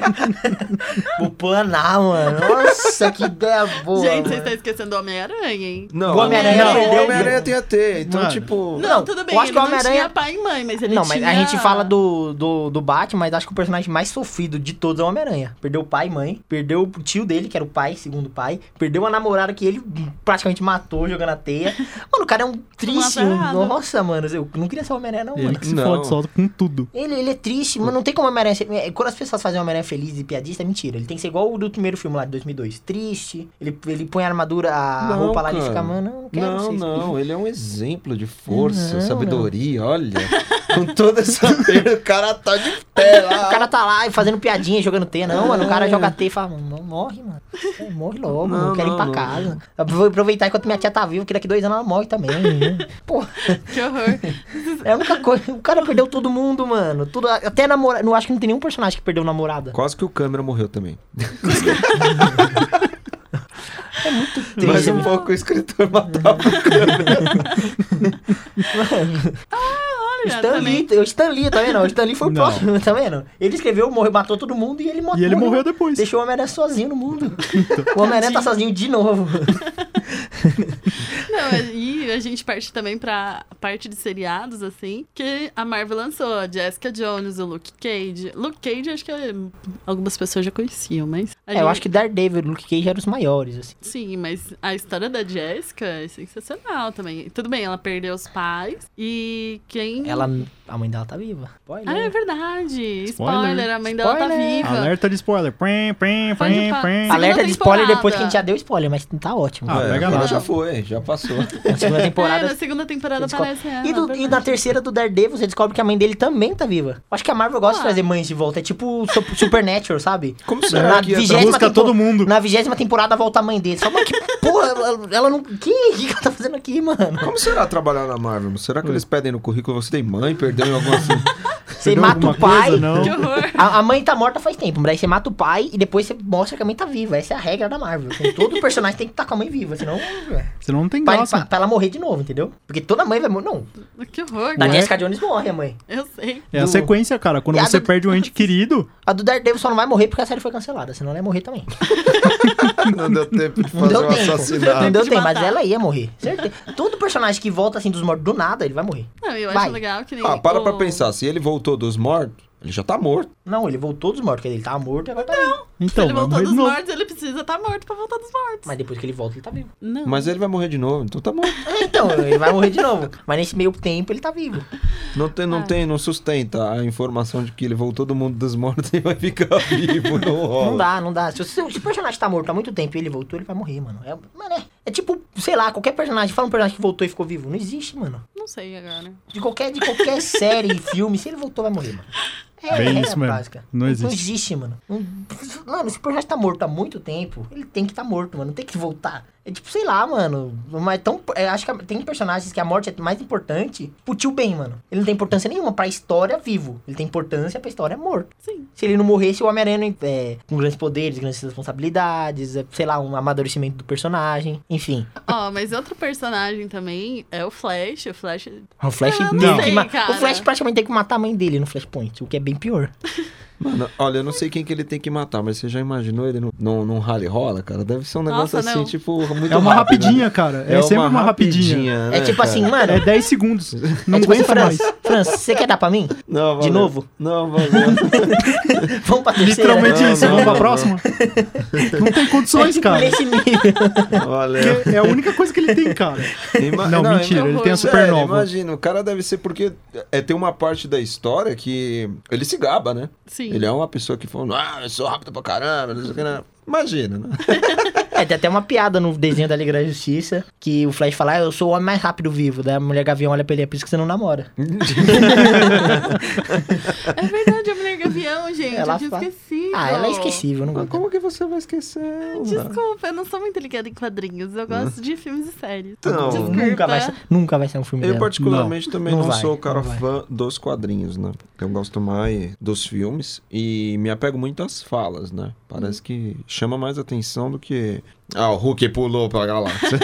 Speaker 2: Vou planar, mano. Nossa, que ideia boa.
Speaker 1: Gente, vocês
Speaker 2: mano.
Speaker 1: estão esquecendo do Homem-Aranha, hein?
Speaker 3: Não,
Speaker 2: O Homem-Aranha
Speaker 3: não,
Speaker 2: perdeu.
Speaker 3: o Homem-Aranha tem a T. Então,
Speaker 4: Mano.
Speaker 3: tipo.
Speaker 1: Não,
Speaker 2: Não,
Speaker 1: tudo
Speaker 2: eu
Speaker 1: bem,
Speaker 2: acho
Speaker 1: ele
Speaker 2: que o
Speaker 1: não
Speaker 2: Homem-Aranha-
Speaker 1: tinha pai e mãe, mas ele
Speaker 2: não, mas a
Speaker 1: tinha-
Speaker 2: gente fala do, do, do Batman, mas acho que o personagem mais sofrido de todos é o Homem-Aranha. Perdeu o pai e mãe, perdeu o tio dele, que era o pai, segundo o pai, perdeu a namorada que ele praticamente matou jogando a teia. Mano, o cara é um triste. um-
Speaker 1: azarado.
Speaker 2: nossa, mano, eu não queria ser o Homem-Aranha, não,
Speaker 4: Ele
Speaker 2: mano.
Speaker 4: que se
Speaker 3: Não.
Speaker 4: fode solta com tudo.
Speaker 2: Ele, ele é triste, mas não tem como o Homem-Aranha ser... é, Quando as pessoas fazem o Homem-Aranha feliz e piadista, é mentira. Ele tem que ser igual o do primeiro filme lá, de 2002. Triste, ele, ele põe a armadura, a
Speaker 3: Não,
Speaker 2: roupa lá, e ele
Speaker 3: cara.
Speaker 2: fica, mano, eu não quero
Speaker 3: Não,
Speaker 2: ser isso."
Speaker 3: não, ele é um exemplo de força,
Speaker 2: Não,
Speaker 3: sabedoria, olha. Com toda essa perda, o cara tá de pé lá.
Speaker 2: O cara tá lá e fazendo piadinha, jogando T. Não, mano, o cara
Speaker 3: É.
Speaker 2: joga T e fala, "Mano, morre, mano. É, Morre logo, não,
Speaker 3: Não,
Speaker 2: quero ir
Speaker 3: não,
Speaker 2: pra
Speaker 3: não.
Speaker 2: casa. Eu Vou aproveitar enquanto minha tia tá viva, que daqui dois anos ela morre também. né? Pô,
Speaker 1: Que horror.
Speaker 2: é a única coisa. O cara perdeu todo mundo, mano. Tudo, até namorada. Não acho que não tem nenhum personagem que perdeu namorada.
Speaker 3: Quase que o câmera morreu também.
Speaker 2: É Triste,
Speaker 3: Mais um
Speaker 2: mano.
Speaker 3: pouco o escritor matava.
Speaker 1: Olha,
Speaker 2: Stan
Speaker 1: também.
Speaker 2: Lee, o Stan Lee, tá vendo? O Stan Lee foi o
Speaker 4: Não.
Speaker 2: próximo, tá vendo? Ele escreveu, morreu, matou todo mundo e ele morreu.
Speaker 4: E ele morreu depois.
Speaker 2: Deixou o Homem-Aranha sozinho no mundo. O Homem-Aranha tá sozinho de novo.
Speaker 1: Não, e a gente parte também pra parte de seriados, assim, que a Marvel lançou, a Jessica Jones, o Luke Cage. Luke Cage, acho que eh, algumas pessoas já conheciam, mas... a
Speaker 2: É, eu
Speaker 1: gente-
Speaker 2: acho que Daredevil e Luke Cage eram os maiores, assim.
Speaker 1: Sim, mas a história da Jessica é sensacional também. Tudo bem, ela perdeu os pais e quem...
Speaker 2: Ela, a mãe dela tá viva. Spoiler.
Speaker 1: Ah, é verdade. Spoiler,
Speaker 4: Né? Spoiler.
Speaker 1: a mãe dela
Speaker 2: Spoiler.
Speaker 1: tá viva.
Speaker 4: Alerta de spoiler. Prim, prim,
Speaker 1: Pode
Speaker 4: prim,
Speaker 1: falar.
Speaker 4: prim.
Speaker 1: É, Segunda
Speaker 2: Alerta de spoiler
Speaker 1: temporada.
Speaker 2: depois que a gente já deu spoiler, mas tá ótimo.
Speaker 4: Ah,
Speaker 3: É,
Speaker 4: pega
Speaker 3: agora
Speaker 4: lá.
Speaker 3: já foi, já passou.
Speaker 2: Na segunda
Speaker 1: É, na
Speaker 2: temporada.
Speaker 1: segunda temporada
Speaker 2: Descobre-
Speaker 1: aparece ela.
Speaker 2: E, do- e na
Speaker 1: verdade.
Speaker 2: terceira do Daredevil, você descobre que a mãe dele também tá viva. Acho que a Marvel
Speaker 1: Ah.
Speaker 2: gosta de trazer mães de volta. É tipo o Sup- Supernatural, sabe?
Speaker 3: Como
Speaker 2: Na
Speaker 3: será que ia
Speaker 2: vigésima
Speaker 4: Busca
Speaker 2: tempo-
Speaker 4: todo mundo.
Speaker 2: Na vigésima temporada volta a mãe dele. Só, mas que porra, ela, ela não. Que, que ela tá fazendo aqui, mano?
Speaker 4: Hum.
Speaker 3: Como será trabalhar na Marvel? Será que eles pedem no currículo você tem mãe, perdeu em alguma
Speaker 2: Você
Speaker 4: deu
Speaker 2: mata o
Speaker 4: alguma coisa?
Speaker 2: pai.
Speaker 4: Não.
Speaker 1: Que horror.
Speaker 2: A, a mãe tá morta faz tempo, mas aí você mata o pai e depois você mostra que a mãe tá viva. Essa é a regra da Marvel. Então, todo personagem tem que estar com a mãe viva, senão.
Speaker 4: Você não tem
Speaker 2: Pra, pra-
Speaker 4: graça.
Speaker 2: pra ela morrer de novo, entendeu? Porque toda mãe vai morrer. Não,
Speaker 1: Que horror,
Speaker 2: da
Speaker 1: cara.
Speaker 2: Jessica Jones morre a mãe.
Speaker 1: Eu sei.
Speaker 4: É a
Speaker 2: do-
Speaker 4: sequência, cara. Quando
Speaker 2: E a
Speaker 4: você
Speaker 2: do-
Speaker 4: perde um ente querido,
Speaker 2: A do Daredevil só não vai morrer porque a série foi cancelada, senão ela ia morrer também.
Speaker 3: Não deu tempo de
Speaker 2: Não
Speaker 3: fazer
Speaker 2: deu
Speaker 3: um
Speaker 2: tempo. Não
Speaker 3: assassinato.
Speaker 2: deu
Speaker 1: de
Speaker 2: tempo, mas
Speaker 1: matar.
Speaker 2: ela ia morrer. Certeza. Todo personagem que volta assim dos mortos do nada, ele vai morrer.
Speaker 1: Não, eu
Speaker 2: Vai.
Speaker 1: acho legal que nem.
Speaker 3: Ah, para
Speaker 1: o-
Speaker 3: pra pensar. Se ele voltou dos mortos, ele já tá morto.
Speaker 2: Não, ele voltou dos mortos, quer dizer, ele tava morto e agora tá vivo.
Speaker 1: Se
Speaker 4: então,
Speaker 1: ele
Speaker 4: vai
Speaker 1: voltou
Speaker 4: morrer
Speaker 1: dos
Speaker 4: de novo.
Speaker 1: mortos, ele precisa estar morto pra voltar dos mortos.
Speaker 2: Mas depois que ele volta, ele tá vivo.
Speaker 1: Não.
Speaker 3: Mas ele vai morrer de novo, então tá morto.
Speaker 2: Então, ele vai morrer de novo. Mas nesse meio tempo, ele tá vivo.
Speaker 3: Não tem, não,
Speaker 1: Ah.
Speaker 3: tem, não sustenta a informação de que ele voltou do mundo dos mortos e vai ficar vivo. Não rola.
Speaker 2: Não dá, não dá. Se, você- se o personagem tá morto há muito tempo e ele voltou, ele vai morrer, mano. É, mano, é, é tipo, sei lá, qualquer personagem. Fala um personagem que voltou e ficou vivo. Não existe, mano.
Speaker 1: Não sei agora.
Speaker 2: De qualquer, de qualquer série, filme, se ele voltou, vai morrer, mano. É,
Speaker 4: Bem
Speaker 2: é
Speaker 4: isso mesmo. Não
Speaker 2: Não
Speaker 4: existe.
Speaker 2: existe, mano. Não- Mano, se o personagem tá morto há muito tempo, ele tem que tá morto, mano. Não tem que voltar. É tipo, sei lá, mano. Mas tão, é, acho que tem personagens que a morte é mais importante pro tio Ben, mano. Ele não tem importância nenhuma pra história vivo. Ele tem importância pra história morto.
Speaker 1: Sim.
Speaker 2: Se ele não morresse, o Homem-Aranha, é, com grandes poderes, grandes responsabilidades, é, sei lá, um amadurecimento do personagem, enfim.
Speaker 1: Ó, mas outro personagem também é o Flash. O Flash.
Speaker 2: O Flash
Speaker 1: Eu não
Speaker 2: tem
Speaker 4: sei,
Speaker 2: que ma-
Speaker 1: cara.
Speaker 2: O Flash praticamente tem que matar a mãe dele no Flashpoint, o que é bem pior.
Speaker 3: Mano, olha, eu não sei quem que ele tem que matar, mas você já imaginou ele num, num, num rally rola, cara? Deve ser um negócio
Speaker 1: Nossa,
Speaker 3: assim,
Speaker 1: não.
Speaker 3: tipo, muito
Speaker 4: É uma
Speaker 3: rápido, né?
Speaker 4: rapidinha, cara. É, sempre uma rapidinha.
Speaker 2: É
Speaker 3: né,
Speaker 2: tipo
Speaker 3: cara?
Speaker 2: assim, mano.
Speaker 4: É 10 segundos. Não
Speaker 2: é tipo assim,
Speaker 4: aguenta mais.
Speaker 2: França, França, você quer dar pra mim?
Speaker 3: Não,
Speaker 2: de
Speaker 3: valeu.
Speaker 2: novo?
Speaker 3: Não, valeu.
Speaker 2: Vamos pra terceira.
Speaker 4: Literalmente
Speaker 3: Não,
Speaker 4: isso.
Speaker 3: não,
Speaker 4: Vamos pra
Speaker 3: não.
Speaker 4: próxima? Não tem
Speaker 2: É
Speaker 4: condições, cara.
Speaker 2: Nesse tipo nível.
Speaker 3: valeu.
Speaker 4: Porque é a única coisa que ele tem, cara.
Speaker 3: Ima-
Speaker 4: Não,
Speaker 3: não,
Speaker 2: então
Speaker 4: mentira. Ele tem a
Speaker 1: horror.
Speaker 3: Sério,
Speaker 4: supernova.
Speaker 3: imagina, o cara deve ser porque é, tem uma parte da história que ele se gaba, né?
Speaker 1: Sim.
Speaker 3: Ele é uma pessoa que fala, ah, eu sou rápido pra caramba, não sei o que, né? Imagina, né?
Speaker 2: É, tem até uma piada no desenho da Liga da Justiça que o Flash fala, "Ah, eu sou o homem mais rápido vivo. Daí a mulher gavião olha pra ele, é por isso que você não namora.
Speaker 1: É verdade, a mulher gavião, gente.
Speaker 2: Ela
Speaker 1: eu tinha
Speaker 2: fa-
Speaker 1: esquecido.
Speaker 2: Ah, ela é esquecível, eu não
Speaker 3: Mas
Speaker 2: gosto.
Speaker 3: como que você vai esquecer? Não.
Speaker 1: Desculpa, eu não sou muito ligada em quadrinhos. Eu gosto de filmes e séries.
Speaker 3: Então,
Speaker 1: Desculpa.
Speaker 2: Nunca vai, ser, nunca vai ser um filme
Speaker 3: Eu
Speaker 2: dela.
Speaker 3: particularmente também
Speaker 2: Não
Speaker 3: não,
Speaker 2: vai,
Speaker 3: sou o cara
Speaker 2: não vai.
Speaker 3: fã dos quadrinhos, né? Eu gosto mais dos filmes e me apego muito às falas, né? Parece que chama mais atenção do que... Ah, o Hulk pulou pra galáxia.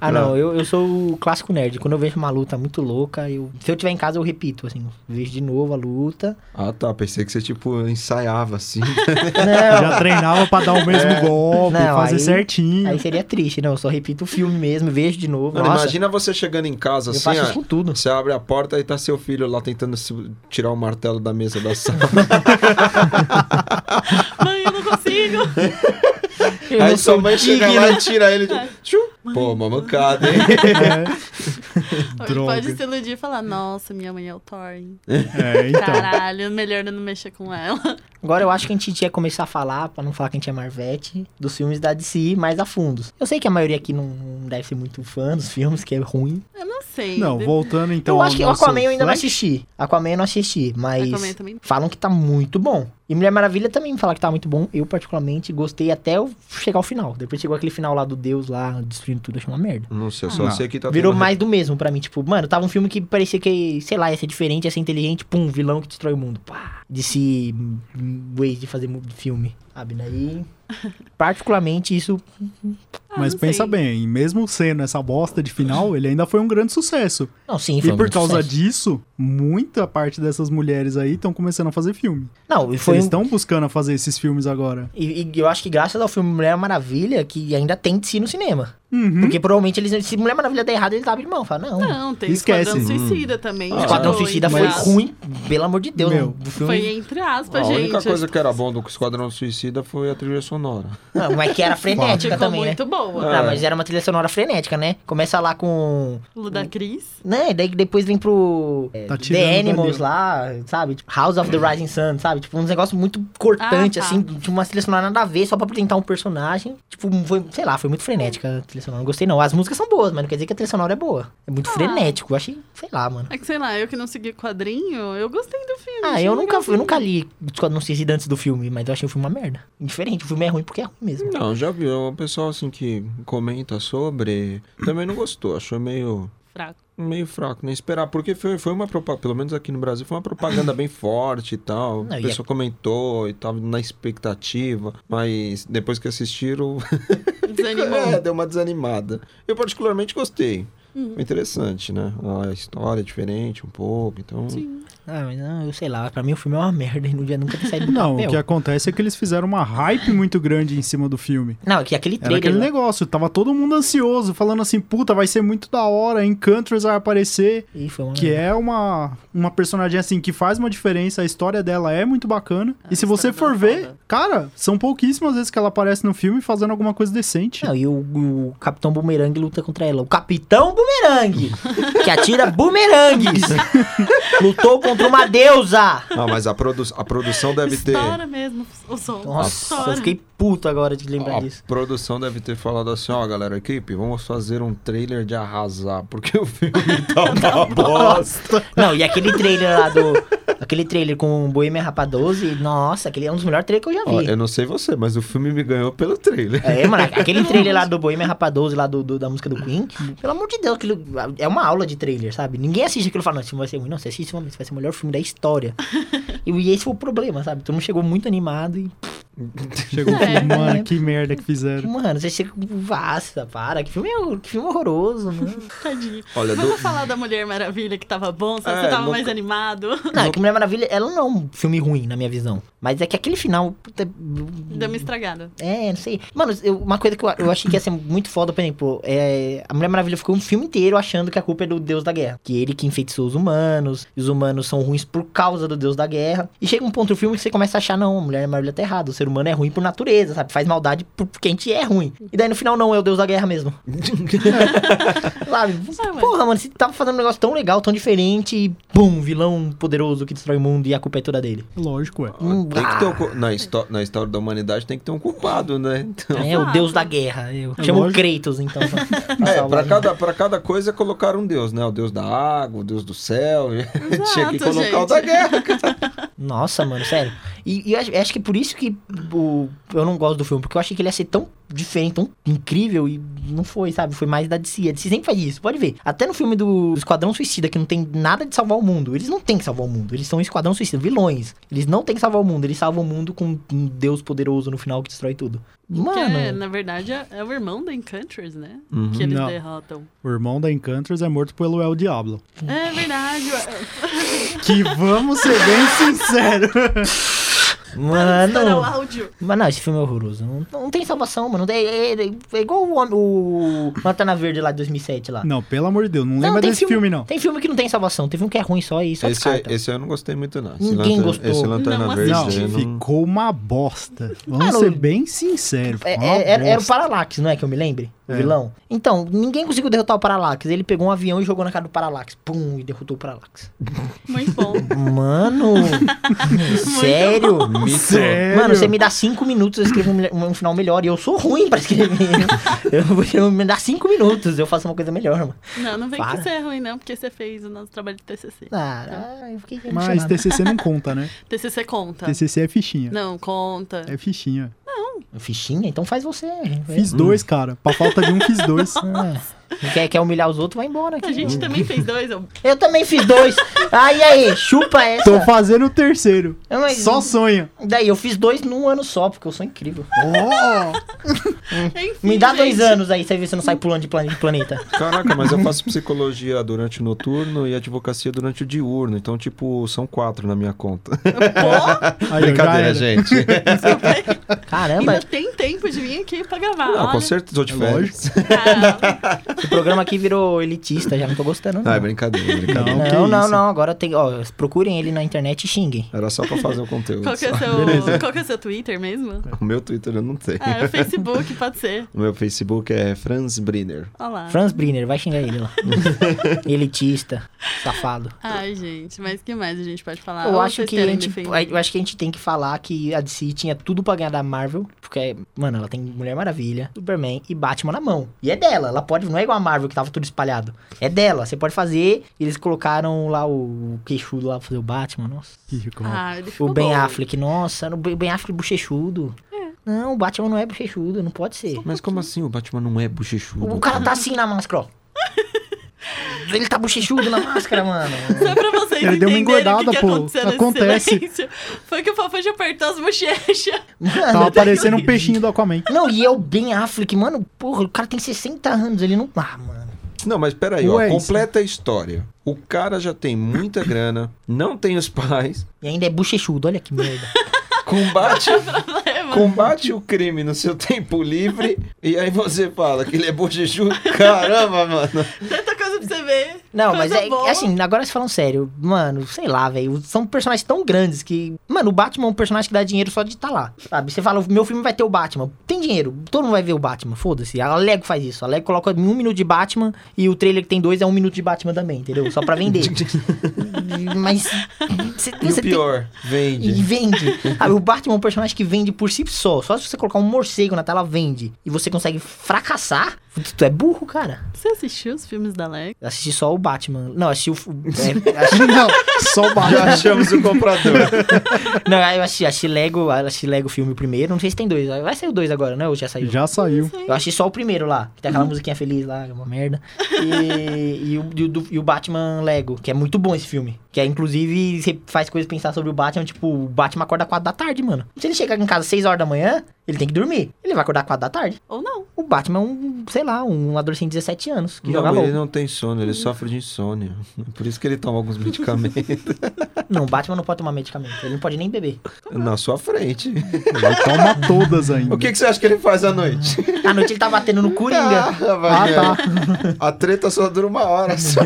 Speaker 2: Ah, não, eu, eu sou o clássico nerd. Quando eu vejo uma luta muito louca, eu, se eu tiver em casa, eu repito, assim. Vejo de novo a luta.
Speaker 3: ah, tá. Pensei que você, tipo, ensaiava assim.
Speaker 2: Não,
Speaker 4: Já treinava pra dar o mesmo golpe,
Speaker 2: É. Não,
Speaker 4: fazer
Speaker 2: aí-
Speaker 4: certinho.
Speaker 2: aí seria triste, não. Eu só repito o filme mesmo, vejo de novo.
Speaker 3: Mano,
Speaker 2: Nossa,
Speaker 3: imagina você chegando em casa
Speaker 2: eu
Speaker 3: assim,
Speaker 2: faço
Speaker 3: ó,
Speaker 2: isso com tudo.
Speaker 3: Você abre a porta e tá seu filho lá tentando se- tirar o martelo da mesa da sala.
Speaker 1: Mãe, eu não consigo.
Speaker 2: Eu
Speaker 3: Aí
Speaker 2: não
Speaker 3: sua
Speaker 2: sou
Speaker 3: mãe chega
Speaker 2: digna.
Speaker 3: lá e tira ele. tipo, tchum. Pô, uma mancada, hein?
Speaker 4: É,
Speaker 1: Ou ele
Speaker 4: Droga.
Speaker 1: pode se iludir e falar, nossa, minha mãe é o Thorin.
Speaker 4: é, então.
Speaker 1: Caralho, melhor eu não mexer com ela.
Speaker 2: Agora eu acho que a gente ia começar a falar, pra não falar que a gente é Marvete, dos filmes da DC mais a fundo. Eu sei que a maioria aqui não, não deve ser muito fã dos filmes, que é ruim.
Speaker 1: Eu não sei.
Speaker 4: Não,
Speaker 1: De-
Speaker 4: voltando então.
Speaker 2: eu
Speaker 4: ao
Speaker 2: acho que o
Speaker 4: nosso
Speaker 2: Aquaman eu ainda não
Speaker 4: Flash.
Speaker 2: assisti. Aquaman eu não assisti, mas
Speaker 1: Aquaman também.
Speaker 2: falam que tá muito bom. E Mulher Maravilha também me falaram que tá muito bom. Eu, particularmente, gostei até eu chegar ao final. Depois chegou aquele final lá do Deus lá, destruindo tudo, eu achei uma merda.
Speaker 3: Não sei, eu só
Speaker 4: Não.
Speaker 3: sei que tá
Speaker 2: Virou
Speaker 3: tendo-
Speaker 2: mais do mesmo pra mim. Tipo, mano, tava um filme que parecia que, sei lá, ia ser diferente, ia ser inteligente. Pum, vilão que destrói o mundo. Pá. Desse ways de fazer mu- filme. Sabe? Daí. Particularmente, isso.
Speaker 1: Ah,
Speaker 4: Mas
Speaker 1: não
Speaker 4: pensa
Speaker 1: sei.
Speaker 4: bem, mesmo sendo essa bosta de final, ele ainda foi um grande sucesso.
Speaker 2: Não, sim,
Speaker 4: E
Speaker 2: foi um
Speaker 4: por
Speaker 2: grande
Speaker 4: causa
Speaker 2: sucesso.
Speaker 4: disso, muita parte dessas mulheres aí estão começando a fazer filme.
Speaker 2: Não, e foi.
Speaker 4: Eles
Speaker 2: Um...
Speaker 4: estão buscando fazer esses filmes agora.
Speaker 2: E, e eu acho que graças ao filme Mulher Maravilha, que ainda tem de si no cinema.
Speaker 4: Uhum.
Speaker 2: Porque provavelmente eles. Se Mulher Maravilha der errado, eles abrem mão. Fala, não.
Speaker 1: Não, tem um
Speaker 4: Esquece.
Speaker 1: Esquadrão Suicida também.
Speaker 2: O
Speaker 3: Ah,
Speaker 2: Esquadrão
Speaker 1: Tipo,
Speaker 2: Suicida
Speaker 1: entre
Speaker 2: foi
Speaker 1: aspas.
Speaker 2: ruim, pelo amor de Deus.
Speaker 4: Meu.
Speaker 2: do filme.
Speaker 1: Foi entre aspas,
Speaker 3: A
Speaker 1: gente.
Speaker 3: única coisa que era bom do Esquadrão Suicida foi a trilha sonora.
Speaker 2: Não, mas que era frenética
Speaker 1: Ficou
Speaker 2: também, né?
Speaker 1: muito boa.
Speaker 2: Ah, mas era uma trilha sonora frenética, né? Começa lá com
Speaker 3: É.
Speaker 1: Luda Cris.
Speaker 2: Né? E daí depois vem pro é,
Speaker 4: Tá
Speaker 2: The
Speaker 4: tirando
Speaker 2: Animals
Speaker 4: dali, ó.
Speaker 2: lá, sabe? Tipo, House of the Rising Sun, sabe? Tipo, um negócio muito cortante,
Speaker 1: Ah, tá.
Speaker 2: assim, de uma trilha sonora nada a ver, só pra apresentar um personagem. Tipo, foi, sei lá, foi muito frenética a trilha sonora. Não gostei, não. As músicas são boas, mas não quer dizer que a trilha sonora é boa. É
Speaker 1: Ah.
Speaker 2: muito frenético. Eu achei, sei lá, mano.
Speaker 1: É que, sei lá, eu que não segui quadrinho, eu gostei do filme.
Speaker 2: Ah,
Speaker 1: achei
Speaker 2: eu nunca,
Speaker 1: legalzinho.
Speaker 2: eu nunca li Esquadrão Suicida antes do filme, mas eu achei o filme uma merda. Indiferente, o filme é ruim porque é ruim mesmo.
Speaker 3: é Não, já viu. O pessoal assim que comenta sobre também não gostou. Achou meio
Speaker 1: fraco.
Speaker 3: Meio fraco, né? Esperar, porque foi, foi uma propaganda, pelo menos aqui no Brasil, foi uma propaganda bem forte e tal.
Speaker 2: Não,
Speaker 1: é
Speaker 3: a
Speaker 2: e
Speaker 3: pessoa comentou e tava na expectativa, mas depois que assistiram,
Speaker 1: Desanimou.
Speaker 3: é, deu uma desanimada. Eu particularmente gostei.
Speaker 1: Uhum.
Speaker 3: Foi interessante, né? A história é diferente um pouco, então...
Speaker 1: Sim.
Speaker 2: Ah, mas não, eu sei lá, pra mim o filme é uma merda e não devia nunca ter saído do
Speaker 4: Não,
Speaker 2: papel.
Speaker 4: o que acontece é que eles fizeram uma hype muito grande em cima do filme.
Speaker 2: Não, é que aquele
Speaker 4: Era
Speaker 2: trailer...
Speaker 4: aquele
Speaker 2: lá-
Speaker 4: negócio, tava todo mundo ansioso, falando assim, puta, vai ser muito da hora, Encounters vai aparecer,
Speaker 2: Ih, foi uma...
Speaker 4: que é uma, uma personagem assim que faz uma diferença, a história dela é muito bacana.
Speaker 1: Ah,
Speaker 4: e se
Speaker 1: a
Speaker 4: você
Speaker 1: história
Speaker 4: for
Speaker 1: dela é
Speaker 4: ver,
Speaker 1: foda.
Speaker 4: cara, são pouquíssimas vezes que ela aparece no filme fazendo alguma coisa decente.
Speaker 2: Não, e o, o Capitão Boomerang luta contra ela. O Capitão Boomerang, que atira bumerangues, lutou contra uma deusa.
Speaker 3: Ah, mas a, produ a produção deve ter...
Speaker 1: Estoura mesmo o som.
Speaker 2: Nossa,
Speaker 1: Estoura.
Speaker 2: eu fiquei puto agora de lembrar
Speaker 3: A
Speaker 2: disso.
Speaker 3: produção deve ter falado assim, ó, galera, equipe, vamos fazer um trailer de arrasar, porque o filme tá uma bosta.
Speaker 2: Não, e aquele trailer lá do... Aquele trailer com o Bohemian Rapadoze, nossa, aquele é um dos melhores trailers que eu já
Speaker 3: Ó,
Speaker 2: vi.
Speaker 3: eu não sei você, mas o filme me ganhou pelo trailer.
Speaker 2: É, mano, aquele trailer lá do Bohemian Rapadoze, lá do, do- da música do Queen,
Speaker 3: Hum.
Speaker 2: pelo amor de Deus, aquilo é uma aula de trailer, sabe? Ninguém assiste aquilo e fala, não, esse filme vai ser ruim. Não, você assiste, mano, esse vai ser o melhor filme da história. E, e esse foi o problema, sabe? Todo mundo chegou muito animado e,
Speaker 4: Chegou o
Speaker 1: É.
Speaker 4: filme, mano, que merda que fizeram.
Speaker 2: mano, você chega, vasta, para, que filme, hor- que filme horroroso, mano.
Speaker 1: Tadinho.
Speaker 3: Olha, do-
Speaker 1: Vamos falar da Mulher Maravilha que tava bom, só que
Speaker 3: É,
Speaker 1: você tava
Speaker 3: não-
Speaker 1: mais animado.
Speaker 2: Não, é que Mulher Maravilha, ela não é um filme ruim, na minha visão. Mas é que aquele final, puta,
Speaker 1: Deu uma estragada.
Speaker 2: É, não sei. Mano, eu- uma coisa que eu, eu achei que ia ser muito foda, por exemplo, é, a Mulher Maravilha ficou um filme inteiro achando que a culpa é do Deus da Guerra. Que ele que enfeitiçou os humanos, e os humanos são ruins por causa do Deus da Guerra. E chega um ponto do filme que você começa a achar, não, a Mulher Maravilha tá errada, o ser humano é ruim por natureza, sabe? Faz maldade por- porque a gente é ruim. E daí no final, não, é o Deus da Guerra mesmo. sabe?
Speaker 1: Ah, ué.
Speaker 2: Porra, mano, você tava fazendo um negócio tão legal, tão diferente, e bum, vilão poderoso que destrói o mundo e a culpa é toda dele.
Speaker 4: Lógico, é.
Speaker 2: Hum,
Speaker 3: tem que ter um cu-
Speaker 2: ah.
Speaker 3: na, histó- na história da humanidade tem que ter um culpado, né? Então,
Speaker 2: É, o deus da guerra. Eu
Speaker 4: É
Speaker 2: chamo o
Speaker 4: lógico.
Speaker 2: Kratos, então. pra- pra
Speaker 3: é, pra
Speaker 2: salvar.
Speaker 3: cada, pra cada coisa colocar um deus, né? O deus da água, o deus do céu. e Tinha que
Speaker 1: Exato,
Speaker 3: colocar o
Speaker 1: gente.
Speaker 3: da guerra.
Speaker 2: Nossa, mano, sério. E, e eu acho, eu acho que por isso que o- eu não gosto do filme, porque eu achei que ele ia ser tão diferente, tão incrível, e não foi, sabe? Foi mais da DC. A DC sempre faz isso, pode ver. Até no filme do Esquadrão Suicida, que não tem nada de salvar o mundo. Eles não têm que salvar o mundo. Eles são um Esquadrão Suicida, vilões. Eles não têm que salvar o mundo. Eles salvam o mundo com um deus poderoso no final que destrói tudo.
Speaker 1: Que é,
Speaker 2: Mano.
Speaker 1: na verdade, é é o irmão da Encounters, né?
Speaker 3: Uhum.
Speaker 1: Que eles
Speaker 4: Não.
Speaker 1: derrotam.
Speaker 4: O irmão da Encounters é morto pelo El Diablo.
Speaker 1: É verdade. ué.
Speaker 4: Que vamos ser bem sinceros.
Speaker 1: Estourou o
Speaker 2: Mano.
Speaker 1: áudio.
Speaker 2: Mas não, esse filme é horroroso. Não, não tem salvação, mano. É, é- é- é igual o, Homem- o Lanterna Verde lá de 2007 lá.
Speaker 4: Não, pelo amor de Deus, não lembra
Speaker 2: tem
Speaker 4: desse filme, não.
Speaker 2: Tem filme que não tem salvação, tem filme que é ruim só e só
Speaker 3: Esse,
Speaker 2: descarta.
Speaker 3: esse eu não gostei muito, não. Esse
Speaker 2: Ninguém
Speaker 3: lanterna-
Speaker 2: gostou.
Speaker 3: Esse lanterna
Speaker 1: Não
Speaker 3: verde.
Speaker 4: Não, assim,
Speaker 1: assisti.
Speaker 3: eu não-
Speaker 4: ficou uma bosta. Vamos
Speaker 2: Cara,
Speaker 4: ser
Speaker 2: o-
Speaker 4: bem sinceros.
Speaker 2: É,
Speaker 4: ficou uma
Speaker 2: é- era, era o
Speaker 4: bosta.
Speaker 2: Parallax, não é que eu me lembre? O
Speaker 4: É.
Speaker 2: vilão. Então, ninguém conseguiu derrotar o Parallax. Ele pegou um avião e jogou na cara do Parallax. Pum, e derrotou o Parallax.
Speaker 1: Muito bom.
Speaker 2: Mano! sério?
Speaker 3: Mito.
Speaker 4: Sério?
Speaker 2: Mano, você me dá cinco minutos, eu escrevo um, mil- um final melhor. E eu sou ruim pra escrever. eu, eu me dá cinco minutos, eu faço uma coisa melhor, mano.
Speaker 1: Não, não vem
Speaker 2: Para.
Speaker 1: que você é ruim, não, porque você fez o nosso trabalho de TCC.
Speaker 2: Ah, eu fiquei
Speaker 4: Mas
Speaker 2: emocionado. Tá.
Speaker 4: TCC não conta, né?
Speaker 1: TCC conta.
Speaker 4: TCC é fichinha.
Speaker 1: Não, conta.
Speaker 4: É fichinha.
Speaker 2: Fichinha? Então faz você.
Speaker 4: Fiz dois, cara. Pra falta de um, fiz dois.
Speaker 2: Ah, quer, quer humilhar os outros? Vai embora.
Speaker 1: A
Speaker 2: aqui. Hum.
Speaker 1: gente tá- também fez dois. eu-
Speaker 2: Eu também fiz dois. Aí, aí, chupa essa.
Speaker 4: Tô fazendo o terceiro.
Speaker 2: Ah, mas-
Speaker 4: Só sonha.
Speaker 2: Daí, eu fiz dois num ano só, porque eu sou incrível. Oh.
Speaker 1: Enfim,
Speaker 2: Me dá dois
Speaker 1: gente.
Speaker 2: anos aí, você vê se não sai pulando de plane- planeta.
Speaker 3: Caraca, mas eu faço psicologia durante o noturno e advocacia durante o diurno. Então, tipo, são quatro na minha conta.
Speaker 1: Pô,
Speaker 4: Aí, ó, já era.
Speaker 3: gente.
Speaker 2: Caramba,
Speaker 1: ainda tem tempo de vir aqui pra gravar.
Speaker 3: Não, com
Speaker 1: olha.
Speaker 3: certeza, sou de
Speaker 4: É
Speaker 3: férias.
Speaker 1: Cara,
Speaker 2: esse programa aqui virou elitista, já não tô gostando.
Speaker 3: Ah, é
Speaker 2: Não,
Speaker 3: brincadeira, é brincadeira.
Speaker 4: Não, que
Speaker 2: não, não,
Speaker 4: isso.
Speaker 2: não, agora tem. Ó, procurem ele na internet e xinguem.
Speaker 3: Era só pra fazer o conteúdo.
Speaker 1: qual, que é
Speaker 3: só.
Speaker 1: seu, qual que é seu Twitter mesmo?
Speaker 3: O meu Twitter eu não tenho.
Speaker 1: Ah, é o Facebook, pode ser.
Speaker 3: O meu Facebook é Franz Briner.
Speaker 1: Olha lá.
Speaker 2: Franz Briner, vai xingar ele lá. elitista, safado.
Speaker 1: Ai, gente, mas que mais a gente pode falar?
Speaker 2: Eu
Speaker 1: Ou
Speaker 2: acho,
Speaker 1: vocês
Speaker 2: que a
Speaker 1: querem
Speaker 2: gente,
Speaker 1: defender?
Speaker 2: eu acho que a gente tem que falar que a DC tinha tudo pra ganhar da Marvel, porque, mano, ela tem Mulher Maravilha, Superman e Batman na mão. E é dela, ela pode, não é igual a Marvel que tava tudo espalhado. É dela, você pode fazer. E eles colocaram lá o queixudo lá pra fazer o Batman, nossa.
Speaker 4: Ih, como- é?
Speaker 1: Ah, ele ficou
Speaker 2: O Ben
Speaker 1: bom.
Speaker 2: Affleck, nossa, o Ben Ben Affleck bochechudo. Não, o Batman não é bochechudo, não pode ser.
Speaker 3: Mas como assim o Batman não é bochechudo?
Speaker 2: O cara tá assim na máscara, ó. ele tá bochechudo na máscara, mano.
Speaker 1: Só pra vocês
Speaker 4: Ele deu uma
Speaker 1: entenderem
Speaker 4: engordada,
Speaker 1: o que que
Speaker 4: pô.
Speaker 1: aconteceu nesse
Speaker 4: Acontece.
Speaker 1: silêncio. Foi que o Fofuxo apertou as bochechas.
Speaker 2: Mano, tá
Speaker 4: Tava parecendo um peixinho do Aquaman.
Speaker 2: Não, e é o Ben Affleck, mano. Porra, o cara tem 60 anos, ele não. Ah, mano.
Speaker 3: Não, mas peraí, ó,
Speaker 4: Ué, isso-
Speaker 3: completa a história. O cara já tem muita grana, não tem os pais,
Speaker 2: E ainda é bochechudo, olha que merda.
Speaker 3: combate,
Speaker 1: Problema.
Speaker 3: combate o crime no seu tempo livre, e aí você fala que ele é bochechudo. Caramba, mano.
Speaker 1: Tanta coisa pra você ver.
Speaker 2: Não,
Speaker 1: Coisa
Speaker 2: mas é
Speaker 1: boa.
Speaker 2: é assim, agora se falando sério, mano, sei lá, velho. São personagens tão grandes que. Mano, o Batman é um personagem que dá dinheiro só de estar lá. Sabe? Você fala, meu filme vai ter o Batman. Tem dinheiro, todo mundo vai ver o Batman, foda-se. A Lego faz isso. A Lego coloca um minuto de Batman e o trailer que tem dois é um minuto de Batman também, entendeu? Só pra vender. mas. Você,
Speaker 3: E o
Speaker 2: você tem-
Speaker 3: pior,
Speaker 2: E
Speaker 3: vende.
Speaker 2: vende. Ah, o Batman é um personagem que vende por si só. Só se você colocar um morcego na tela, vende. E você consegue fracassar. Tu é burro, cara.
Speaker 1: Você assistiu os filmes da Lex?
Speaker 2: Eu Assisti só o Batman. Não, assisti o. é, assisti-
Speaker 4: Não, só o
Speaker 3: Já
Speaker 4: Batman.
Speaker 3: achamos o comprador.
Speaker 2: Não, aí eu assisti, assisti Lego, aí eu assisti Lego filme primeiro. Não sei se tem dois. Vai sair o dois agora, né? Ou já saiu?
Speaker 4: Já saiu.
Speaker 2: Eu achei só o primeiro lá, que tem aquela musiquinha feliz lá, que é uma merda. E, e, o, e o do- e o Batman Lego, que é muito bom esse filme. Que é, inclusive, você faz coisas pensar sobre o Batman, tipo, o Batman acorda 4 da tarde, mano. Se ele chegar em casa 6 horas da manhã, ele tem que dormir. Ele vai acordar 4 da tarde.
Speaker 1: Ou não?
Speaker 2: O Batman é um, sei lá, um adolescente de 17 anos, que joga
Speaker 3: Não,
Speaker 2: LOL.
Speaker 3: ele não tem sono, ele sofre de insônia. Por isso que ele toma alguns medicamentos
Speaker 2: Não, o Batman não pode tomar medicamento, ele não pode nem beber.
Speaker 3: na sua frente.
Speaker 4: Ele toma Tá todas ainda.
Speaker 3: O que, que você acha que ele faz à noite?
Speaker 2: À noite ele tá batendo no Coringa.
Speaker 4: Ah,
Speaker 3: vai,
Speaker 4: tá.
Speaker 3: A treta só dura uma hora. Só.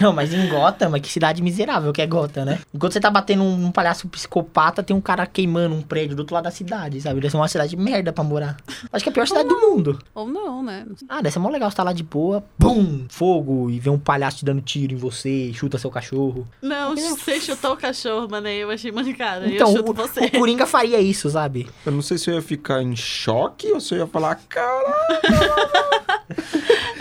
Speaker 2: Não, mas em Gotham, mas que cidade miserável que é Gotham, né? Enquanto você tá batendo um, um palhaço psicopata, tem um cara queimando um prédio do outro lado da cidade, sabe? Deve ser uma cidade merda pra morar. Acho que é a pior cidade do mundo.
Speaker 1: Ou não, né?
Speaker 2: Ah, deve ser mó legal você tá lá de boa, pum, fogo, e vê um palhaço te dando tiro em você, chuta seu cachorro.
Speaker 1: Não, você chutou o cachorro, mano. aí Eu achei mancada.
Speaker 2: então,
Speaker 1: eu chuto
Speaker 2: o,
Speaker 1: você.
Speaker 2: o Coringa faria isso, sabe?
Speaker 3: Eu não sei se eu ia ficar em choque ou se eu ia falar, cara.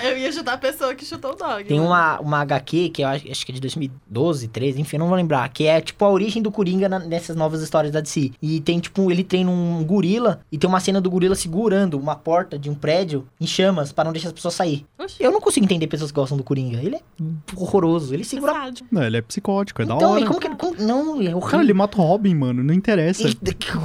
Speaker 1: Eu ia chutar a pessoa que chutou o dog.
Speaker 2: Tem
Speaker 1: mano.
Speaker 2: uma, uma HQ que eu acho, acho que é de 2012, 13, enfim, eu não vou lembrar. Que é tipo a origem do Coringa na- nessas novas histórias da DC. E tem tipo, ele treina um gorila e tem uma cena do gorila segurando uma porta de um prédio em chamas pra não deixar as pessoas sair.
Speaker 1: Oxi,
Speaker 2: Eu não consigo entender pessoas que gostam do Coringa. Ele é horroroso. Ele segura.
Speaker 1: sádico.
Speaker 4: Não, ele é psicótico, é da
Speaker 2: Então, e
Speaker 4: hora.
Speaker 2: como que. como- não, é
Speaker 4: Cara,
Speaker 2: horrível.
Speaker 4: ele mata o Robin, mano. Não interessa.
Speaker 2: Ele-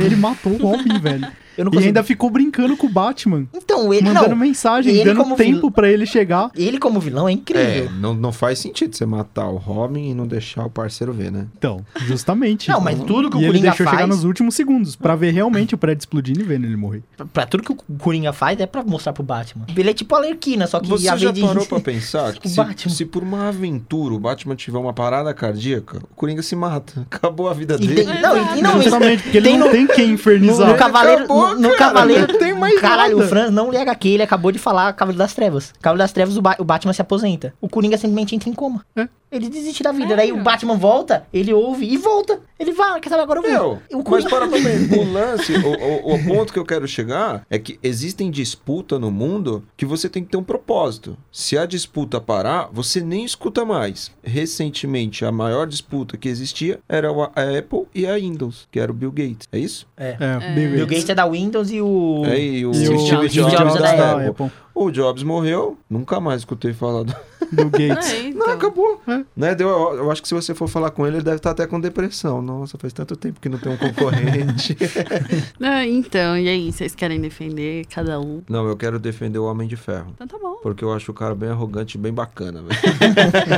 Speaker 4: Ele matou o Robin, velho.
Speaker 2: Eu não
Speaker 4: E
Speaker 2: consigo.
Speaker 4: ainda ficou brincando com o Batman.
Speaker 2: Então, ele.
Speaker 4: Mandando
Speaker 2: Não,
Speaker 4: mensagem,
Speaker 2: ele
Speaker 4: dando
Speaker 2: como
Speaker 4: tempo
Speaker 2: vil-
Speaker 4: pra ele chegar.
Speaker 2: ele como vilão é incrível.
Speaker 3: É, não, não faz sentido você matar o Robin e não deixar o parceiro ver, né?
Speaker 4: Então, justamente.
Speaker 2: Não, mas tudo que o
Speaker 4: E ele
Speaker 2: Coringa
Speaker 4: deixou chegar
Speaker 2: faz.
Speaker 4: nos últimos segundos, pra ver realmente o prédio explodindo e vendo ele morrer.
Speaker 2: Pra, pra tudo que o Coringa faz é pra mostrar pro Batman. Ele é tipo a Lerquina, só que
Speaker 3: Você
Speaker 2: a
Speaker 3: já
Speaker 2: vez de-
Speaker 3: parou pra pensar que
Speaker 2: O
Speaker 3: se,
Speaker 2: Batman.
Speaker 3: se por uma aventura o Batman tiver uma parada cardíaca, o Coringa se mata. Acabou a vida
Speaker 2: E
Speaker 3: dele.
Speaker 2: tem- não, e, e não, mas-
Speaker 4: justamente, porque ele
Speaker 2: tem
Speaker 4: não
Speaker 2: no-
Speaker 4: tem quem
Speaker 2: No,
Speaker 4: infernizar.
Speaker 2: no Cavaleiro. no-
Speaker 3: Acabou,
Speaker 2: no,
Speaker 3: cara,
Speaker 2: Cavaleiro.
Speaker 4: não tem mais
Speaker 2: Caralho,
Speaker 4: nada.
Speaker 2: o Franz não lê HQ, ele acabou de falar Cavaleiro das Trevas. Cavaleiro das Trevas, o, Ba- o Batman se aposenta. O Coringa simplesmente entra em coma.
Speaker 4: É.
Speaker 2: Ele desiste da vida.
Speaker 1: É.
Speaker 2: Daí o Batman volta, ele ouve e volta. Ele vai, quer saber agora eu
Speaker 3: Meu,
Speaker 2: vou. O
Speaker 3: mas
Speaker 2: Coringa-
Speaker 3: para pra ver, o lance, o, o- o ponto que eu quero chegar é que existem disputa no mundo que você tem que ter um propósito. Se a disputa parar, você nem escuta mais. Recentemente, a maior disputa que existia era a Apple e a Windows, que era o Bill Gates. É isso?
Speaker 4: É, Bill
Speaker 2: Bill
Speaker 4: Gates.
Speaker 2: Gates é da Windows e o.
Speaker 3: É, e o,
Speaker 4: E o
Speaker 3: Steve
Speaker 2: Steve
Speaker 3: Jobs,
Speaker 2: Jobs
Speaker 3: da,
Speaker 2: da
Speaker 3: Apple.
Speaker 4: Apple.
Speaker 3: O Jobs morreu, nunca mais escutei falar do...
Speaker 4: Bill Gates.
Speaker 1: É,
Speaker 3: Não,
Speaker 1: então.
Speaker 3: acabou.
Speaker 4: É.
Speaker 3: Né? Deu, eu, eu acho que se você for falar com ele, ele deve estar até com depressão. Nossa, faz tanto tempo que não tem um concorrente.
Speaker 1: Ah, então, e aí? Vocês querem defender cada um?
Speaker 3: não, eu quero defender o Homem de Ferro.
Speaker 1: Então tá bom.
Speaker 3: Porque eu acho o cara bem arrogante e bem bacana, velho.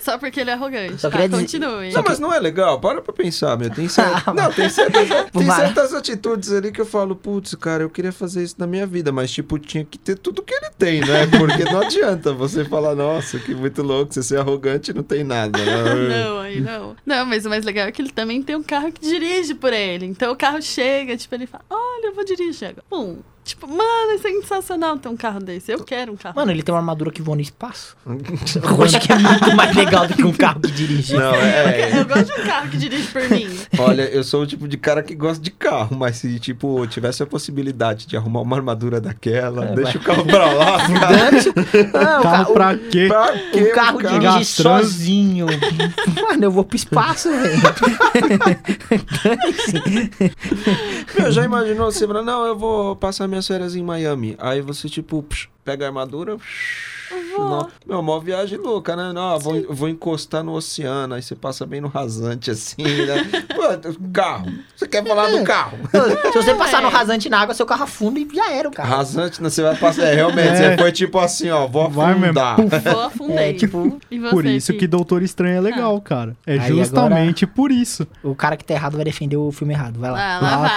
Speaker 1: Só porque ele é arrogante.
Speaker 2: Só
Speaker 1: Tá,
Speaker 2: queria dizer-
Speaker 1: continue.
Speaker 3: Não, mas não é legal. Para pra pensar, meu. Tem, certa... não, tem, certas... tem
Speaker 2: Vai.
Speaker 3: certas atitudes ali que eu falo, putz, cara, eu queria fazer isso na minha vida, mas, tipo, tinha que ter tudo que ele tem, né? Porque não adianta você falar, nossa, que muito louco, você ser arrogante e não tem nada. Né?
Speaker 1: Não, aí não. Não, mas o mais legal é que ele também tem um carro que dirige por ele. Então o carro chega, tipo, ele fala: Olha, eu vou dirigir agora. Pum. Tipo, mano, é sensacional ter um carro desse. Eu quero um carro.
Speaker 2: Mano, ele tem uma armadura que voa no espaço. Eu acho que é muito mais legal do que um carro que dirige.
Speaker 3: Não, é.
Speaker 1: Eu gosto de um carro que dirige por mim.
Speaker 3: Olha, eu sou o tipo de cara que gosta de carro, mas se, tipo, tivesse a possibilidade de arrumar uma armadura daquela,
Speaker 2: É, Um
Speaker 3: deixa o carro pra lá. cara.
Speaker 2: Ah, o
Speaker 4: Carro
Speaker 2: ca-
Speaker 4: pra quê?
Speaker 3: Pra
Speaker 2: o,
Speaker 3: quê?
Speaker 2: o um carro dirige
Speaker 4: Gastando.
Speaker 2: sozinho. Mano, eu vou pro espaço, velho.
Speaker 3: Meu, já imaginou você falando, não, eu vou passar minhas férias em Miami. Aí você, tipo, psh, pega a armadura, psh,
Speaker 1: vou.
Speaker 3: não. Meu, mó viagem louca, né? Não, vou, vou encostar no oceano, aí você passa bem no rasante assim, né? Pô, carro. Você quer falar
Speaker 2: É.
Speaker 3: do carro?
Speaker 2: Se você
Speaker 1: Não,
Speaker 2: passar
Speaker 1: é.
Speaker 2: no rasante na água, seu carro afunda e já era o carro.
Speaker 3: Rasante, né? você vai passar. É, realmente,
Speaker 4: É.
Speaker 3: você foi tipo assim, ó, vou
Speaker 4: Vai mesmo.
Speaker 3: afundar.
Speaker 1: Vou afundei.
Speaker 2: É, tipo,
Speaker 1: e você,
Speaker 4: Por isso
Speaker 1: Fih?
Speaker 4: que Doutor Estranho é legal, cara. É
Speaker 2: Aí
Speaker 4: justamente por isso.
Speaker 2: O cara que tá errado vai defender o filme errado. Vai lá. tá.
Speaker 1: Ah, lá
Speaker 4: Ah,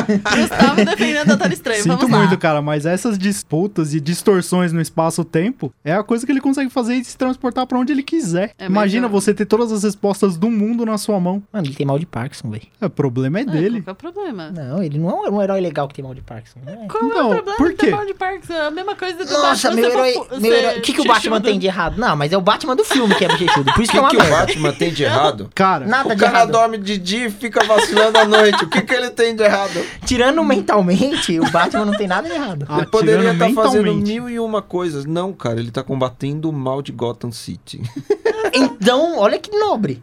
Speaker 1: vai. Gustavo defendendo Doutor Estranho.
Speaker 4: Sinto
Speaker 1: Vamos lá.
Speaker 4: muito, cara, mas essas disputas e distorções no espaço-tempo é a coisa que ele consegue fazer e se transportar pra onde ele quiser.
Speaker 1: É, mas
Speaker 4: Imagina
Speaker 1: eu-
Speaker 4: você ter todas as respostas do mundo na sua mão.
Speaker 2: Mano, ele tem mal de Parkinson, velho.
Speaker 4: É, O problema é
Speaker 1: Ah,
Speaker 4: dele.
Speaker 1: Qual que é o problema?
Speaker 2: Não, ele não é um herói legal que tem mal de Parkinson. né?
Speaker 1: Qual é
Speaker 4: Não,
Speaker 1: o problema
Speaker 4: por
Speaker 1: de
Speaker 4: quê?
Speaker 1: ter mal de Parkinson? É a mesma coisa do
Speaker 2: Nossa,
Speaker 1: Batman.
Speaker 2: meu
Speaker 1: você
Speaker 2: herói,
Speaker 1: confu-
Speaker 2: meu
Speaker 1: você
Speaker 2: herói. O que, que o Batman
Speaker 1: chuchuda.
Speaker 2: tem de errado? Não, mas é o Batman do filme que é bochechudo. Por
Speaker 3: O
Speaker 2: isso que,
Speaker 3: que,
Speaker 2: é uma
Speaker 3: que o
Speaker 2: merda.
Speaker 3: Batman tem de errado?
Speaker 4: Cara,
Speaker 2: Nada
Speaker 3: o
Speaker 2: de
Speaker 3: cara
Speaker 2: errado.
Speaker 3: dorme de dia e fica vacilando à noite. O que, que ele tem de errado?
Speaker 2: Tirando mentalmente, o Batman não tem nada de errado.
Speaker 4: Ah,
Speaker 3: ele poderia
Speaker 4: tirando
Speaker 3: estar
Speaker 2: tá um
Speaker 3: fazendo
Speaker 4: mentalmente.
Speaker 3: mil e uma coisas. Não, cara, ele tá combatendo o mal de Gotham City.
Speaker 2: Então, olha que nobre.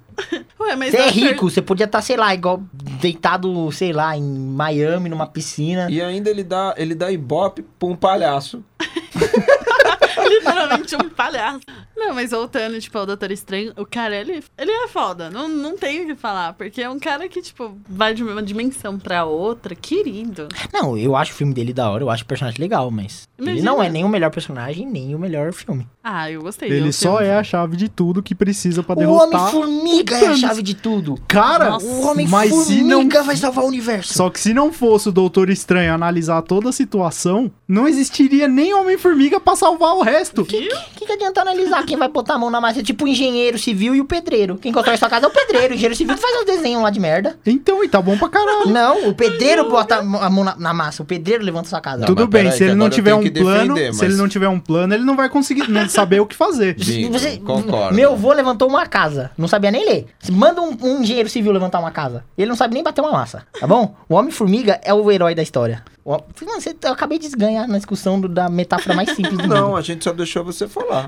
Speaker 1: Ué, mas
Speaker 2: Você é
Speaker 1: Dr.
Speaker 2: rico, você podia estar, sei lá, igual deitado, sei lá, em Miami, numa piscina.
Speaker 3: E ainda ele dá, ele dá ibope pra um palhaço.
Speaker 1: Literalmente um palhaço. Não, mas voltando, tipo, ao Doutor Estranho, o cara, ele, ele é foda. Não, não tem o que falar. Porque é um cara que, tipo, vai de uma dimensão pra outra, querido.
Speaker 2: Não, eu acho o filme dele da hora, eu acho o personagem legal, mas. Ele
Speaker 1: Imagina.
Speaker 2: não é nem o melhor personagem, nem o melhor filme.
Speaker 1: Ah, eu gostei.
Speaker 4: ele
Speaker 1: eu
Speaker 4: só
Speaker 1: tenho-
Speaker 4: é a chave de tudo que precisa pra
Speaker 2: o
Speaker 4: derrotar.
Speaker 2: Homem-Formiga é a chave de tudo.
Speaker 4: Cara,
Speaker 1: Nossa,
Speaker 2: O
Speaker 4: mas se não
Speaker 2: Homem-Formiga vai salvar o universo.
Speaker 4: Só que se não fosse o Doutor Estranho analisar toda a situação, não existiria nem Homem-Formiga pra salvar o resto.
Speaker 1: Viu?
Speaker 2: O que, que adianta analisar quem vai botar a mão na massa? É Tipo o engenheiro civil e o pedreiro. Quem constrói sua casa é o pedreiro. O engenheiro civil faz uns desenhos lá de merda.
Speaker 4: Então, e tá bom pra caralho.
Speaker 2: Não, o pedreiro bota a mão a mão na, na massa. O pedreiro levanta sua casa.
Speaker 4: Tudo
Speaker 3: mas
Speaker 4: bem,
Speaker 3: peraí,
Speaker 4: se
Speaker 3: que
Speaker 4: ele não
Speaker 3: agora eu
Speaker 4: tiver
Speaker 3: tenho
Speaker 4: um
Speaker 3: que
Speaker 4: plano,
Speaker 3: defender,
Speaker 4: se ele
Speaker 3: mas-
Speaker 4: não tiver um plano, ele não vai conseguir não saber o que fazer.
Speaker 2: Se
Speaker 3: Digo, concordo.
Speaker 2: Meu avô levantou uma casa, não sabia nem ler. Se Manda um, um engenheiro civil levantar uma casa. Ele não sabe nem bater uma massa, tá bom? O Homem-Formiga é o herói da história. O Hom- Mano, você, eu acabei de ganhar na discussão do- da metáfora mais simples do
Speaker 3: Não,
Speaker 2: mundo.
Speaker 3: a gente só deixou você falar.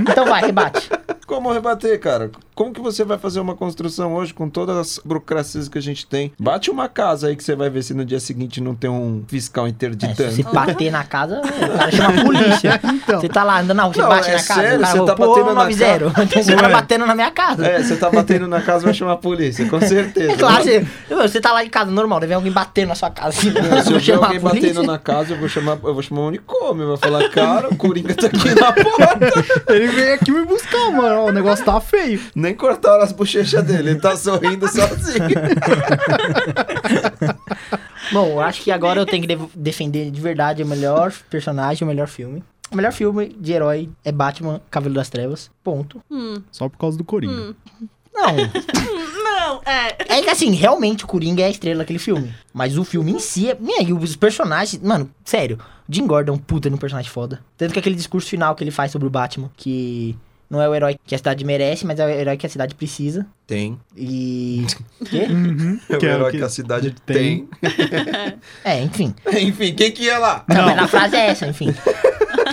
Speaker 2: Então vai, rebate.
Speaker 3: Como rebater, cara? Como que você vai fazer uma construção hoje com todas as burocracias que a gente tem? Bate uma casa aí que você vai ver se no dia seguinte não tem um fiscal
Speaker 2: É, se
Speaker 3: interditando.
Speaker 2: você bater na casa, o cara chama a polícia.
Speaker 4: Então.
Speaker 2: Você tá lá andando na rua, você
Speaker 3: Não,
Speaker 2: bate
Speaker 3: é
Speaker 2: na casa,
Speaker 3: sério?
Speaker 2: o cara
Speaker 3: Você
Speaker 2: fala,
Speaker 3: tá
Speaker 2: pô,
Speaker 3: batendo na
Speaker 2: 90, tem um cara batendo na minha casa.
Speaker 3: É, você tá batendo na casa vai chamar a polícia, com certeza.
Speaker 2: É claro, você, você tá lá em casa normal, deve alguém batendo na sua casa. Assim,
Speaker 3: Não, É, Se eu
Speaker 2: vou
Speaker 3: ver
Speaker 2: chamar
Speaker 3: alguém
Speaker 2: a polícia.
Speaker 3: batendo na casa, eu vou chamar, eu vou chamar o unicórnio, vai falar, cara, o Coringa tá aqui na porta.
Speaker 4: Ele veio aqui me buscar, mano. Ó, O negócio tá feio.
Speaker 3: Nem cortaram as bochechas dele, ele tá sorrindo sozinho.
Speaker 2: Bom, eu acho que agora eu tenho que devo- defender de verdade o melhor personagem, o melhor filme. O melhor filme de herói é Batman, Cavaleiro das Trevas. Ponto.
Speaker 1: Hum,
Speaker 4: Só por causa do Coringa.
Speaker 2: Não.
Speaker 1: não, é.
Speaker 2: É que assim, realmente o Coringa é a estrela daquele filme. Mas o filme em si é. Minha, e os personagens. Mano, sério. Jim Gordon é um puta de um personagem foda. Tanto que aquele discurso final que ele faz sobre o Batman, que não é o herói que a cidade merece, mas é o herói que a cidade precisa.
Speaker 3: Tem.
Speaker 2: E. Quê?
Speaker 4: Uhum.
Speaker 3: É o
Speaker 4: Que é
Speaker 3: herói
Speaker 4: o que-
Speaker 3: que a cidade tem.
Speaker 4: tem.
Speaker 2: É, enfim.
Speaker 3: Enfim, quem que ia lá?
Speaker 2: Não, mas a frase é essa, enfim.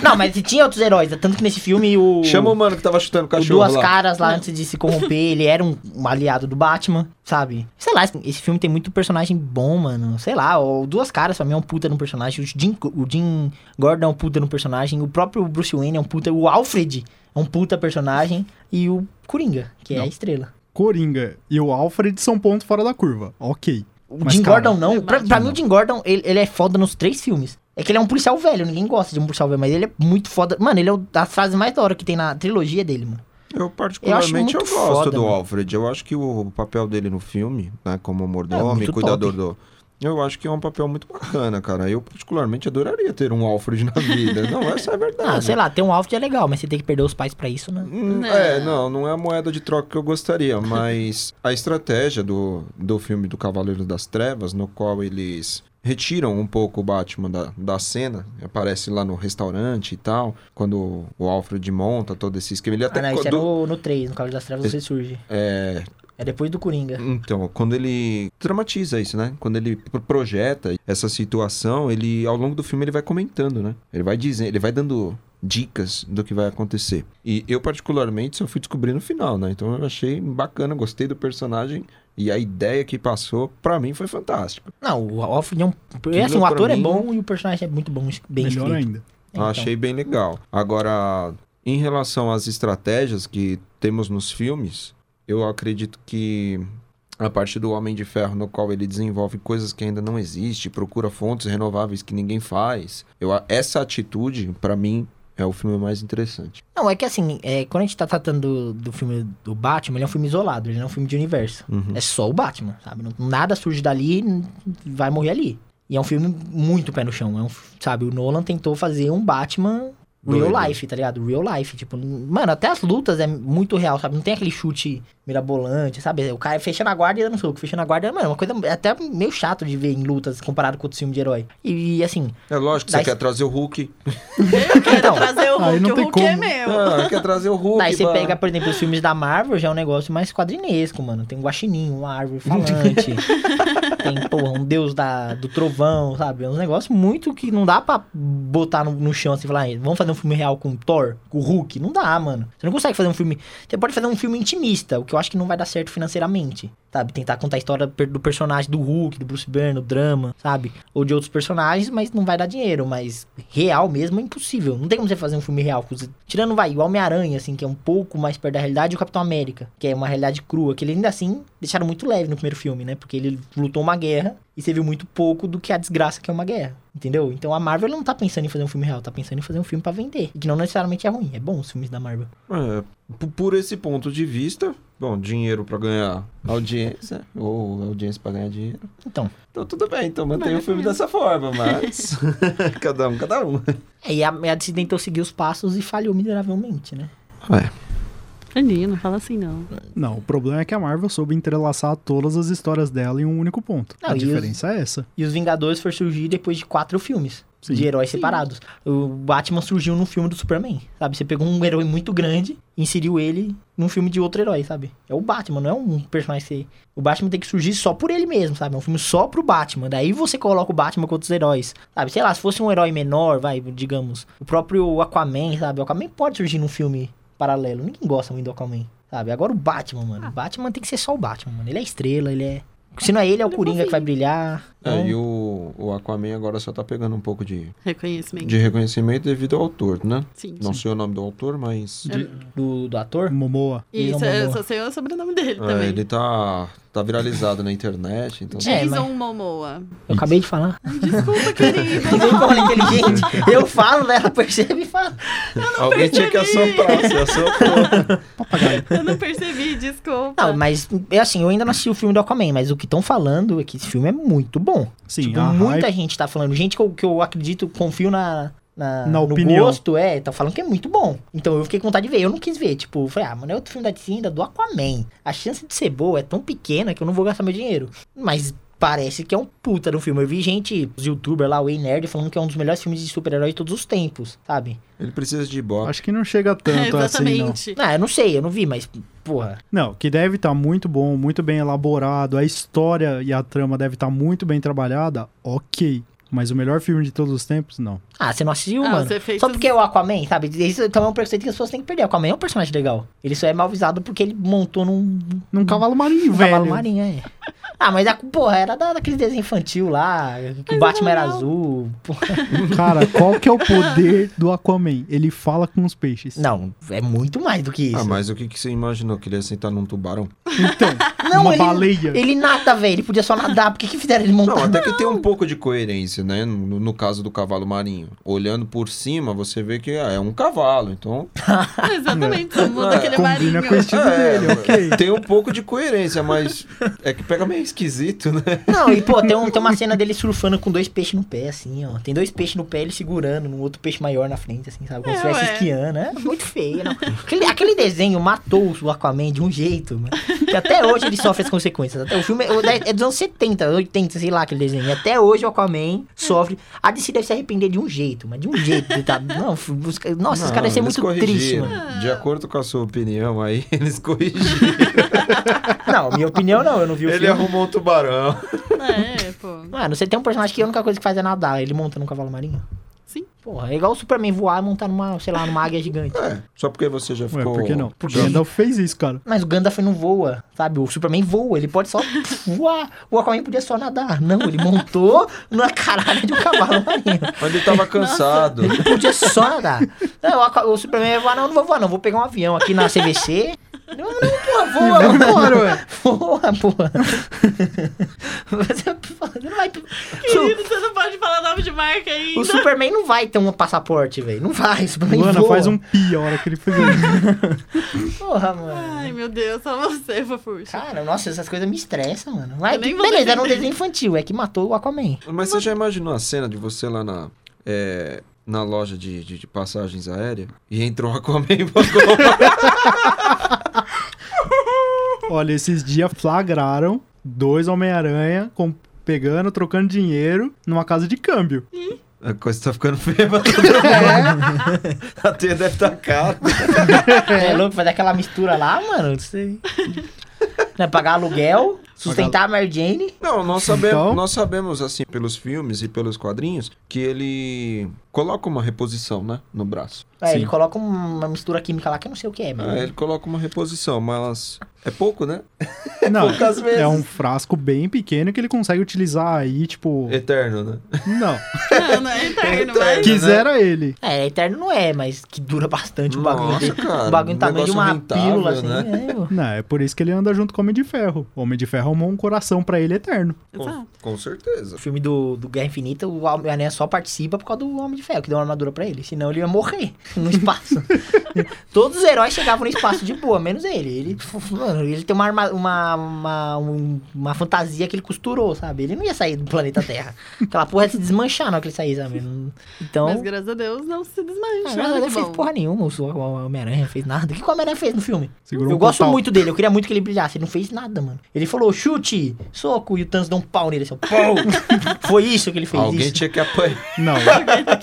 Speaker 2: Não, mas tinha outros heróis, tanto que nesse filme o.
Speaker 3: Chama o mano que tava chutando o
Speaker 2: O
Speaker 3: cachorro
Speaker 2: Duas
Speaker 3: lá.
Speaker 2: Caras
Speaker 4: É.
Speaker 2: lá antes de se corromper, ele era um, um aliado do Batman, sabe? Sei lá, esse- esse filme tem muito personagem bom, mano. Sei lá, o Duas Caras pra mim é um puta no personagem. O Jim, o Jim Gordon é um puta no personagem. O próprio Bruce Wayne é um puta. O Alfred é um puta personagem. E o Coringa, que é
Speaker 4: Não.
Speaker 2: a estrela.
Speaker 4: Coringa e o Alfred são pontos fora da curva. Ok.
Speaker 2: O
Speaker 4: Mas, É
Speaker 2: Jim
Speaker 4: cara,
Speaker 2: Gordon não. Pra,
Speaker 1: verdade,
Speaker 2: pra mim, o Jim Gordon, ele, ele é foda nos três filmes. É que ele é um policial velho, ninguém gosta de um policial velho, mas ele é muito foda. Mano, ele é o, das frases mais da hora que tem na trilogia dele, mano.
Speaker 3: Eu particularmente
Speaker 2: muito
Speaker 3: eu, gosto
Speaker 2: foda,
Speaker 3: do
Speaker 2: mano.
Speaker 3: Alfred. Eu acho que o papel dele no filme, né, como
Speaker 2: É,
Speaker 3: mordomo e
Speaker 2: muito
Speaker 3: cuidador do... Eu acho que é um papel muito bacana, cara. Eu particularmente adoraria ter um Alfred na vida. Não, essa é a verdade.
Speaker 2: Ah, sei
Speaker 4: né?
Speaker 2: lá, ter um Alfred é legal, mas você tem que perder os pais pra isso, né?
Speaker 3: Hum,
Speaker 1: Não.
Speaker 3: É, não, não é a moeda de troca que eu gostaria, mas a estratégia do, do filme do Cavaleiro das Trevas, no qual eles retiram um pouco o Batman da, da cena, aparece lá no restaurante e tal, quando o Alfred monta todo esse esquema. Ele até
Speaker 2: Ah, não, isso é
Speaker 3: do-
Speaker 2: no, no 3, no Cavaleiro das Trevas você surge.
Speaker 3: é,
Speaker 2: É depois do Coringa.
Speaker 3: Então, quando ele dramatiza isso, né? Quando ele pro- projeta essa situação, ele ao longo do filme ele vai comentando, né? Ele vai dizendo, ele vai dando dicas do que vai acontecer. E eu particularmente só fui descobrir no final, né? Então eu achei bacana, gostei do personagem e a ideia que passou pra mim foi fantástico.
Speaker 2: Não, o Alfred é um.
Speaker 3: Coringa,
Speaker 2: assim, o ator
Speaker 3: pra
Speaker 2: é
Speaker 3: mim-
Speaker 2: bom e o personagem é muito bom, bem
Speaker 4: Melhor
Speaker 2: escrito.
Speaker 4: ainda.
Speaker 2: Então.
Speaker 3: Achei bem legal. Agora, em relação às estratégias que temos nos filmes, eu acredito que a parte do Homem de Ferro, no qual ele desenvolve coisas que ainda não existem, procura fontes renováveis que ninguém faz. Eu, a- essa atitude, pra mim, é o filme mais interessante.
Speaker 2: Não, é que assim, é, quando a gente tá tratando do, do filme do Batman, ele é um filme isolado, ele não é um filme de universo.
Speaker 3: Uhum.
Speaker 2: É só o Batman, sabe? Não- nada surge dali, n- vai morrer ali. E é um filme muito pé no chão. É um, f- sabe, o Nolan tentou fazer um Batman real
Speaker 3: Doido.
Speaker 2: life, tá ligado? Real life. Tipo, n- mano, até as lutas é muito real, sabe? Não tem aquele chute mirabolante, sabe? O cara fechando a guarda e dando soco, fechando a guarda. Mano, é uma coisa é até meio chato de ver em lutas comparado com outros filmes de herói. E, e, assim.
Speaker 3: É lógico que
Speaker 2: Daí-
Speaker 3: você quer trazer o Hulk.
Speaker 1: Eu quero
Speaker 2: Então,
Speaker 1: trazer o
Speaker 4: aí
Speaker 1: Hulk,
Speaker 4: não
Speaker 1: o
Speaker 4: tem
Speaker 1: Hulk
Speaker 4: como.
Speaker 1: é meu.
Speaker 3: Ah, quer trazer o Hulk.
Speaker 2: Daí um você
Speaker 3: mano.
Speaker 2: pega, por exemplo, os filmes da Marvel, já é um negócio mais quadrinesco, mano. Tem um guaxininho, uma árvore falante. tem, porra, um deus da, do trovão, sabe? É um negócio muito que não dá pra botar no, no chão assim e falar, "Ah, vamos fazer um filme real com o Thor, com o Hulk. Não dá, mano. Você não consegue fazer um filme. Você pode fazer um filme intimista, o que eu acho que não vai dar certo financeiramente, sabe? Tentar contar a história per- do personagem do Hulk, do Bruce Banner, o drama, sabe? Ou de outros personagens, mas não vai dar dinheiro. Mas real mesmo é impossível. Não tem como você fazer um filme real. com os- Tirando, vai, o Homem-Aranha, assim, que é um pouco mais perto da realidade, e o Capitão América, que é uma realidade crua, que ele ainda assim deixaram muito leve no primeiro filme, né? Porque ele lutou uma guerra e você viu muito pouco do que a desgraça que é uma guerra. Entendeu? Então a Marvel não tá pensando em fazer um filme real, tá pensando em fazer um filme pra vender. E que não necessariamente é ruim. É bom os filmes da Marvel.
Speaker 3: É, p- por esse ponto de vista, bom, dinheiro pra ganhar audiência, ou audiência pra ganhar dinheiro.
Speaker 2: Então.
Speaker 3: Então tudo bem, então mantém o
Speaker 1: Maravilha.
Speaker 3: filme dessa forma, mas. cada um, cada um.
Speaker 2: É, E a, a DC tentou seguir os passos e falhou miseravelmente, né?
Speaker 1: Menino, não fala assim não.
Speaker 4: Não, o problema é que a Marvel soube entrelaçar todas as histórias dela em um único ponto.
Speaker 2: Não,
Speaker 4: a
Speaker 2: e os-
Speaker 4: diferença é essa.
Speaker 2: E os Vingadores foi surgir depois de quatro filmes
Speaker 4: Sim.
Speaker 2: de heróis separados. O Batman surgiu num filme do Superman, sabe? Você pegou um herói muito grande, inseriu ele num filme de outro herói, sabe? É o Batman, não é um personagem que... O Batman tem que surgir só por ele mesmo, sabe? É um filme só pro Batman. Daí você coloca o Batman com outros heróis, sabe? Sei lá, se fosse um herói menor, vai, digamos, o próprio Aquaman, sabe? O Aquaman pode surgir num filme paralelo. Ninguém gosta muito do Aquaman, sabe? Agora o Batman, mano. O Batman tem que ser só o Batman, mano. Ele é estrela, ele é... Se não é ele, é o Coringa que vai brilhar.
Speaker 3: É,
Speaker 2: Então-
Speaker 3: e o, o Aquaman agora só tá pegando um pouco de,
Speaker 1: Reconhecimento.
Speaker 3: de reconhecimento devido ao autor, né?
Speaker 1: Sim.
Speaker 3: Não sei o nome do autor, mas.
Speaker 2: é do, do ator?
Speaker 4: Momoa.
Speaker 1: E Isso,
Speaker 2: Ele é um
Speaker 1: eu
Speaker 2: bom.
Speaker 1: só sei o sobrenome dele
Speaker 3: é,
Speaker 4: Ah,
Speaker 1: também.
Speaker 3: ele tá, tá viralizado na internet, então.
Speaker 2: É,
Speaker 1: Jason
Speaker 2: mas-
Speaker 1: Momoa.
Speaker 2: Eu acabei de falar.
Speaker 1: Desculpa, querido.
Speaker 2: Que bem como ela é inteligente. Eu falo, né? Ela percebe e fala.
Speaker 3: Alguém tinha que assoprar, você assoprou.
Speaker 1: Eu não percebi, desculpa.
Speaker 2: Não, mas é assim, eu ainda não assisti o filme do Aquaman, mas o que estão falando é que esse filme é muito bom.
Speaker 4: Sim,
Speaker 2: Tipo,
Speaker 4: a
Speaker 2: muita
Speaker 4: hype-
Speaker 2: gente tá falando. Gente que eu, que eu acredito, confio na. Na,
Speaker 4: Na
Speaker 2: no
Speaker 4: opinião.
Speaker 2: gosto, é, tá falando que é muito bom. Então eu fiquei com vontade de ver. Eu não quis ver. Tipo, eu falei, ah, mano, é outro filme da DC ainda do Aquaman. A chance de ser boa é tão pequena que eu não vou gastar meu dinheiro. Mas parece que é um puta do filme. Eu vi gente, os youtubers lá, o Ei Nerd, falando que é um dos melhores filmes de super-herói de todos os tempos, sabe?
Speaker 3: Ele precisa de bota.
Speaker 4: Acho que não chega
Speaker 1: É,
Speaker 4: tanto assim, não.
Speaker 1: exatamente.
Speaker 2: Ah, eu não sei, eu não vi, mas, porra.
Speaker 4: Não, que deve estar muito bom, muito bem elaborado, a história e a trama deve estar muito bem trabalhada, ok. Mas o melhor filme de todos os tempos, não.
Speaker 2: Ah, você não assistiu,
Speaker 1: Ah,
Speaker 2: mano.
Speaker 1: os efeitos-
Speaker 2: Só porque é o Aquaman, sabe? Isso então é um preconceito que as pessoas têm que perder. O Aquaman é um personagem legal. Ele só é mal visado porque ele montou num,
Speaker 4: Num Um cavalo marinho,
Speaker 2: num
Speaker 4: velho.
Speaker 2: Hum. cavalo marinho, é. Ah, mas, a- porra, era da, daquele desenho infantil lá, que o Batman era
Speaker 1: legal.
Speaker 2: azul. porra.
Speaker 4: Cara, qual que é o poder do Aquaman? Ele fala com os peixes.
Speaker 2: Não, é muito mais do que isso.
Speaker 3: Ah, mas o que, que você imaginou? Que ele ia sentar num tubarão?
Speaker 4: Então,
Speaker 2: Não,
Speaker 4: uma
Speaker 2: ele-
Speaker 4: baleia.
Speaker 2: Ele nada, velho. Ele podia só nadar. Por que, que fizeram ele montar?
Speaker 3: Não, até que tem um pouco de coerência, né? No, no caso do cavalo marinho. Olhando por cima, você vê que ah, é um cavalo, então.
Speaker 1: Exatamente, só muda aquele
Speaker 4: Ah, Combina
Speaker 1: marinho.
Speaker 4: com o estilo
Speaker 3: É,
Speaker 4: dele, ok.
Speaker 3: Tem um pouco de coerência, mas é que pega meio esquisito, né?
Speaker 2: Não, e pô, tem, um- tem uma cena dele surfando com dois peixes no pé, assim, ó. Tem dois peixes no pé, ele segurando um outro peixe maior na frente, assim, sabe? Como se
Speaker 1: É,
Speaker 2: estivesse
Speaker 1: ué.
Speaker 2: esquiando, né? Muito feio, não. Aquele, aquele desenho matou o Aquaman de um jeito, mano. Que até hoje ele sofre as consequências. Até o filme é, o da- é dos anos 70, 80, sei lá, aquele desenho. E até hoje o Aquaman sofre. A DC deve se arrepender de um jeito, mas de um jeito. de Tá, não, os, ca- nossa, os
Speaker 3: Não,
Speaker 2: caras iam ser
Speaker 3: eles
Speaker 2: muito
Speaker 3: corrigiram.
Speaker 2: tristes, mano.
Speaker 3: De acordo com a sua opinião aí, eles corrigiram.
Speaker 2: Não, minha opinião não, eu não vi o
Speaker 3: Ele
Speaker 2: filme.
Speaker 3: arrumou um tubarão.
Speaker 1: É, pô.
Speaker 2: Mano, você tem um personagem que a única coisa que faz é nadar, ele monta num cavalo marinho.
Speaker 1: Sim.
Speaker 2: Porra, é igual o Superman voar e montar numa, sei lá, numa águia gigante.
Speaker 3: É, só porque você já
Speaker 4: Ué,
Speaker 3: ficou.
Speaker 4: por que não?
Speaker 2: Por
Speaker 4: O
Speaker 2: quê?
Speaker 4: Gandalf fez isso, cara.
Speaker 2: Mas o Gandalf não voa, sabe? O Superman voa, ele pode só voar. O Aquaman podia só nadar. Não, ele montou na caralho de um cavalo marinho.
Speaker 3: Mas ele tava cansado.
Speaker 2: Ele podia só nadar. Não, o, Aqua- o Superman vai voar, não, não vou voar, não. Vou pegar um avião aqui na CVC. Não, não, porra, voa,
Speaker 4: Vai
Speaker 2: voa.
Speaker 4: embora, ué.
Speaker 2: Porra, porra. Você você não vai.
Speaker 1: Querido, você não pode falar nome de marca ainda.
Speaker 2: O Superman não vai ter um passaporte, velho. Não vai. O Superman
Speaker 4: Luana,
Speaker 2: voa.
Speaker 4: faz um pi a hora que ele fez isso.
Speaker 2: Porra, mano.
Speaker 1: Ai, meu Deus, só você, Fofurcha.
Speaker 2: Cara, nossa, essas coisas me estressam, mano. Vai,
Speaker 1: Eu nem
Speaker 2: que-
Speaker 1: vou
Speaker 2: beleza, era um
Speaker 1: defender.
Speaker 2: desenho infantil, é que matou o Aquaman.
Speaker 3: Mas você já imaginou a cena de você lá na. é, na loja de, de- de passagens aéreas e entrou o Aquaman e pagou.
Speaker 4: Olha, esses dias flagraram dois Homem-Aranha com- pegando, trocando dinheiro numa casa de câmbio.
Speaker 3: A coisa tá ficando feia pra todo mundo. A teia deve tá cara.
Speaker 2: É louco fazer aquela mistura lá, mano? Não sei. Né, pagar aluguel, sustentar a Mary Jane.
Speaker 3: Não, nós sabemos,
Speaker 4: Então?
Speaker 3: nós sabemos, assim, pelos filmes e pelos quadrinhos, que ele coloca uma reposição, né? No braço.
Speaker 2: É, ele coloca uma mistura química lá que eu não sei o que é, mano.
Speaker 3: É, ele coloca uma reposição, mas é pouco, né?
Speaker 4: Não,
Speaker 3: Poucas vezes.
Speaker 4: é um frasco bem pequeno que ele consegue utilizar aí, tipo.
Speaker 2: É.
Speaker 3: Eterno, né?
Speaker 4: Não.
Speaker 1: Não, não é eterno, mas...
Speaker 4: Quisera ele.
Speaker 2: É, eterno não é, mas que dura bastante o bagulho.
Speaker 3: Nossa,
Speaker 2: dele.
Speaker 3: cara,
Speaker 2: o bagulho
Speaker 3: um
Speaker 2: do tamanho de
Speaker 3: negócio
Speaker 2: uma
Speaker 3: rentável,
Speaker 2: pílula, assim.
Speaker 3: né?
Speaker 2: é, mano.
Speaker 4: Não, é por isso que ele anda junto com o Homem de Ferro. O Homem de Ferro arrumou um coração pra ele eterno.
Speaker 3: Com,
Speaker 1: Exato.
Speaker 3: com certeza.
Speaker 2: O filme do, do Guerra Infinita, o Homem-Aranha só participa por causa do Homem de Ferro, que deu uma armadura pra ele. Senão ele ia morrer no espaço. Todos os heróis chegavam no espaço de boa, menos ele. Ele, mano, ele tem uma, arma- uma, uma, um- uma fantasia que ele costurou, sabe? Ele não ia sair do planeta Terra. Aquela porra ia se desmanchar na hora que ele sair, sabe? Não- Então...
Speaker 1: Mas graças a Deus não se
Speaker 2: Ah,
Speaker 1: desmancha.
Speaker 2: Não,
Speaker 1: olha
Speaker 2: não
Speaker 1: que
Speaker 2: fez
Speaker 1: bom.
Speaker 2: porra nenhuma, o o Homem-Aranha fez nada. O que que o Homem-Aranha fez no filme?
Speaker 4: Segurou
Speaker 2: eu
Speaker 4: um
Speaker 2: gosto
Speaker 4: pau.
Speaker 2: muito dele, eu queria muito que ele brilhasse. Ele não fez nada, mano. Ele falou chute, soco, e o Thanos deu um pau nele, assim, ó, pau. Foi isso que ele fez.
Speaker 3: Alguém
Speaker 2: isso.
Speaker 3: tinha que apanhar.
Speaker 4: Não.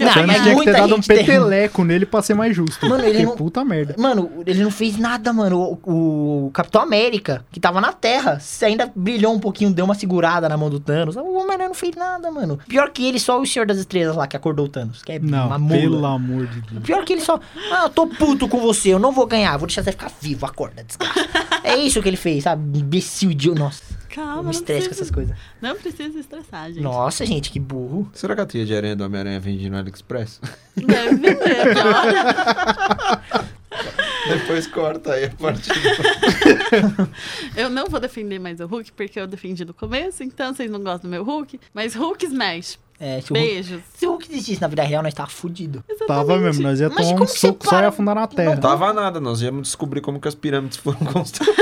Speaker 2: Não,
Speaker 4: Thanos
Speaker 2: mas
Speaker 4: tinha que
Speaker 2: muita
Speaker 4: ter dado um
Speaker 2: gente tem.
Speaker 4: peteleco nele pra ser mais justo.
Speaker 2: Mano, ele
Speaker 4: que
Speaker 2: não-
Speaker 4: puta merda.
Speaker 2: Mano, ele não fez nada, mano. O, o Capitão América, que tava na Terra, se ainda brilhou um pouquinho, deu uma segurada na mão do Thanos. O Homem-Aranha não fez nada, mano. Pior que ele, só o Senhor das Estrelas lá que acordou o Thanos, que é uma
Speaker 4: Não,
Speaker 2: mula.
Speaker 4: pelo amor de Deus.
Speaker 2: Pior que ele só. Ah, eu tô puto com você, eu não vou ganhar, vou deixar você ficar vivo, acorda, desgraça. é isso que ele fez, sabe? Imbecil de. Nossa, eu
Speaker 1: Calma,
Speaker 2: me
Speaker 1: Ah, não
Speaker 2: estresse
Speaker 1: precisa,
Speaker 2: com essas coisas.
Speaker 1: não precisa estressar, gente.
Speaker 2: Nossa, gente, que burro.
Speaker 3: Será que a teia de aranha do Homem-Aranha vende no AliExpress?
Speaker 1: Deve vender, porque olha,
Speaker 3: Depois corta aí a parte.
Speaker 1: Eu não vou defender mais o Hulk, porque eu defendi no começo, então vocês não gostam do meu Hulk. Mas Hulk Smash.
Speaker 2: É, se o Hulk,
Speaker 1: Beijos.
Speaker 2: se o Hulk existisse na vida real, nós tava fudido.
Speaker 4: Tava mesmo, nós ia
Speaker 2: Mas
Speaker 4: tomar um
Speaker 2: como que você
Speaker 4: soco só e
Speaker 2: para- tá.
Speaker 4: afundar na
Speaker 3: Não
Speaker 4: terra.
Speaker 3: tava nada, nós íamos descobrir como que as pirâmides foram construídas.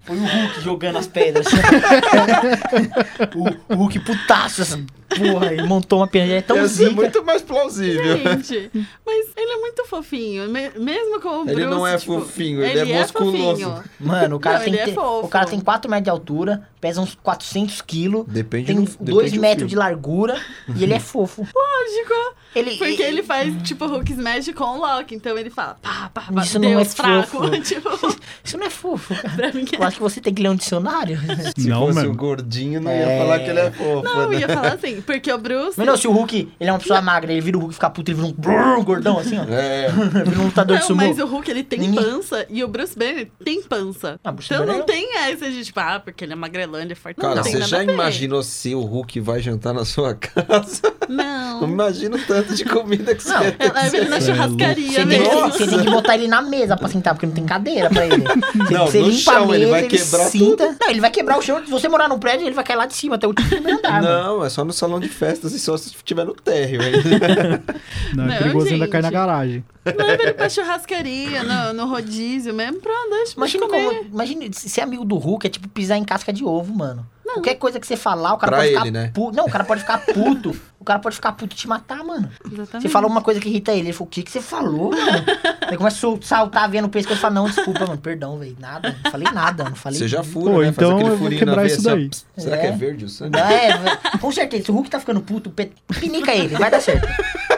Speaker 2: Foi o Hulk jogando as pedras. o, o Hulk putaço, essa porra, ele montou uma pirâmide é tão
Speaker 3: Ia ser
Speaker 2: zica.
Speaker 3: muito mais plausível.
Speaker 1: Gente, mas ele é muito fofinho, me- mesmo com o Bruce.
Speaker 3: Ele não é
Speaker 1: tipo,
Speaker 3: fofinho, ele, é musculoso.
Speaker 1: fofinho.
Speaker 2: Mano, o cara,
Speaker 1: Não,
Speaker 2: tem
Speaker 1: ele é
Speaker 2: te-
Speaker 1: fofo.
Speaker 2: o cara tem 4 metros de altura, pesa uns 400 quilos,
Speaker 3: Depende
Speaker 2: tem
Speaker 3: do-
Speaker 2: uns
Speaker 3: depende
Speaker 2: 2
Speaker 3: do
Speaker 2: metros de um
Speaker 3: filme.
Speaker 2: largura e ele é fofo.
Speaker 1: Lógico,
Speaker 2: Ele,
Speaker 1: porque ele faz, tipo, Hulk Smash com o Loki. Então ele fala, pá, pá, pá,
Speaker 2: Isso não
Speaker 1: Deus
Speaker 2: é
Speaker 1: fraco.
Speaker 2: fofo.
Speaker 1: tipo,
Speaker 2: Isso não é fofo, cara.
Speaker 1: pra mim que é.
Speaker 2: Eu acho que você tem que ler um dicionário.
Speaker 3: Se
Speaker 4: Não,
Speaker 3: fosse
Speaker 4: mano.
Speaker 3: o gordinho, não
Speaker 2: É.
Speaker 3: ia falar que ele é fofo.
Speaker 1: Não, eu
Speaker 3: né?
Speaker 1: ia falar assim, porque o Bruce...
Speaker 2: Mas não, se o Hulk, ele é uma pessoa magra, ele vira o Hulk, fica puto, ele vira um brrr, gordão assim, ó.
Speaker 3: É.
Speaker 2: Vira um lutador de
Speaker 1: Não,
Speaker 2: sumô.
Speaker 1: mas o Hulk, ele tem
Speaker 2: Ninguém-
Speaker 1: pança e o Bruce Banner tem pança.
Speaker 2: Ah, Bruce
Speaker 1: então
Speaker 2: Banner
Speaker 1: não
Speaker 2: é-
Speaker 1: tem essa de tipo, ah, porque ele é magrelândia, forte.
Speaker 3: Cara,
Speaker 1: não, tem
Speaker 3: você
Speaker 1: nada a
Speaker 3: já
Speaker 1: ver.
Speaker 3: imaginou se o Hulk vai jantar na sua casa? Não
Speaker 1: Não.
Speaker 3: imagino o tanto de comida que
Speaker 2: Não,
Speaker 3: você tem.
Speaker 1: Ela leva ele na
Speaker 4: Você é
Speaker 1: churrascaria
Speaker 2: Você tem, que,
Speaker 1: mesmo.
Speaker 2: você tem que botar ele na mesa pra sentar, porque não tem cadeira pra ele. Você,
Speaker 3: Não,
Speaker 2: você
Speaker 3: no
Speaker 2: limpa a
Speaker 3: chão,
Speaker 2: mesa,
Speaker 3: ele vai quebrar
Speaker 2: sinta. Não, ele vai quebrar o chão. Se você morar num prédio, ele vai cair lá de cima, até o último
Speaker 1: tá,
Speaker 2: andar. mano.
Speaker 3: Não, é só no salão de festas e só se tiver no térreo. ainda.
Speaker 4: Não, é
Speaker 1: Não,
Speaker 4: perigoso ainda cair na
Speaker 1: gente.
Speaker 4: garagem.
Speaker 1: Leva ele pra churrascaria, no, no rodízio mesmo, pra tipo, deixa
Speaker 2: Imagina
Speaker 1: pra comer.
Speaker 2: como. Imagina, se- ser amigo do Hulk é tipo pisar em casca de ovo, mano. Qualquer coisa que você falar, o cara
Speaker 3: Pra
Speaker 2: pode
Speaker 3: ele,
Speaker 2: ficar
Speaker 3: né?
Speaker 2: puto. Não, o cara pode ficar puto. O cara pode ficar puto e te matar, mano. Você
Speaker 1: Exatamente.
Speaker 2: fala uma coisa que irrita ele. Ele falou, o que, que você falou, mano? Ele começa a sol- saltar, vendo o pescoço. Ele fala, não, desculpa, mano, perdão, velho. Nada, não falei nada, não falei
Speaker 3: Você já fura,
Speaker 4: Pô,
Speaker 3: né? Faz
Speaker 4: então
Speaker 3: aquele
Speaker 4: eu vou
Speaker 3: furinho na
Speaker 4: quebrar
Speaker 3: veia,
Speaker 4: isso
Speaker 3: assim, ó,
Speaker 4: daí.
Speaker 3: pss, Será que
Speaker 2: É.
Speaker 3: é verde o sangue?
Speaker 2: É, com certeza. Se o Hulk tá ficando puto, pe- pinica ele, vai dar certo.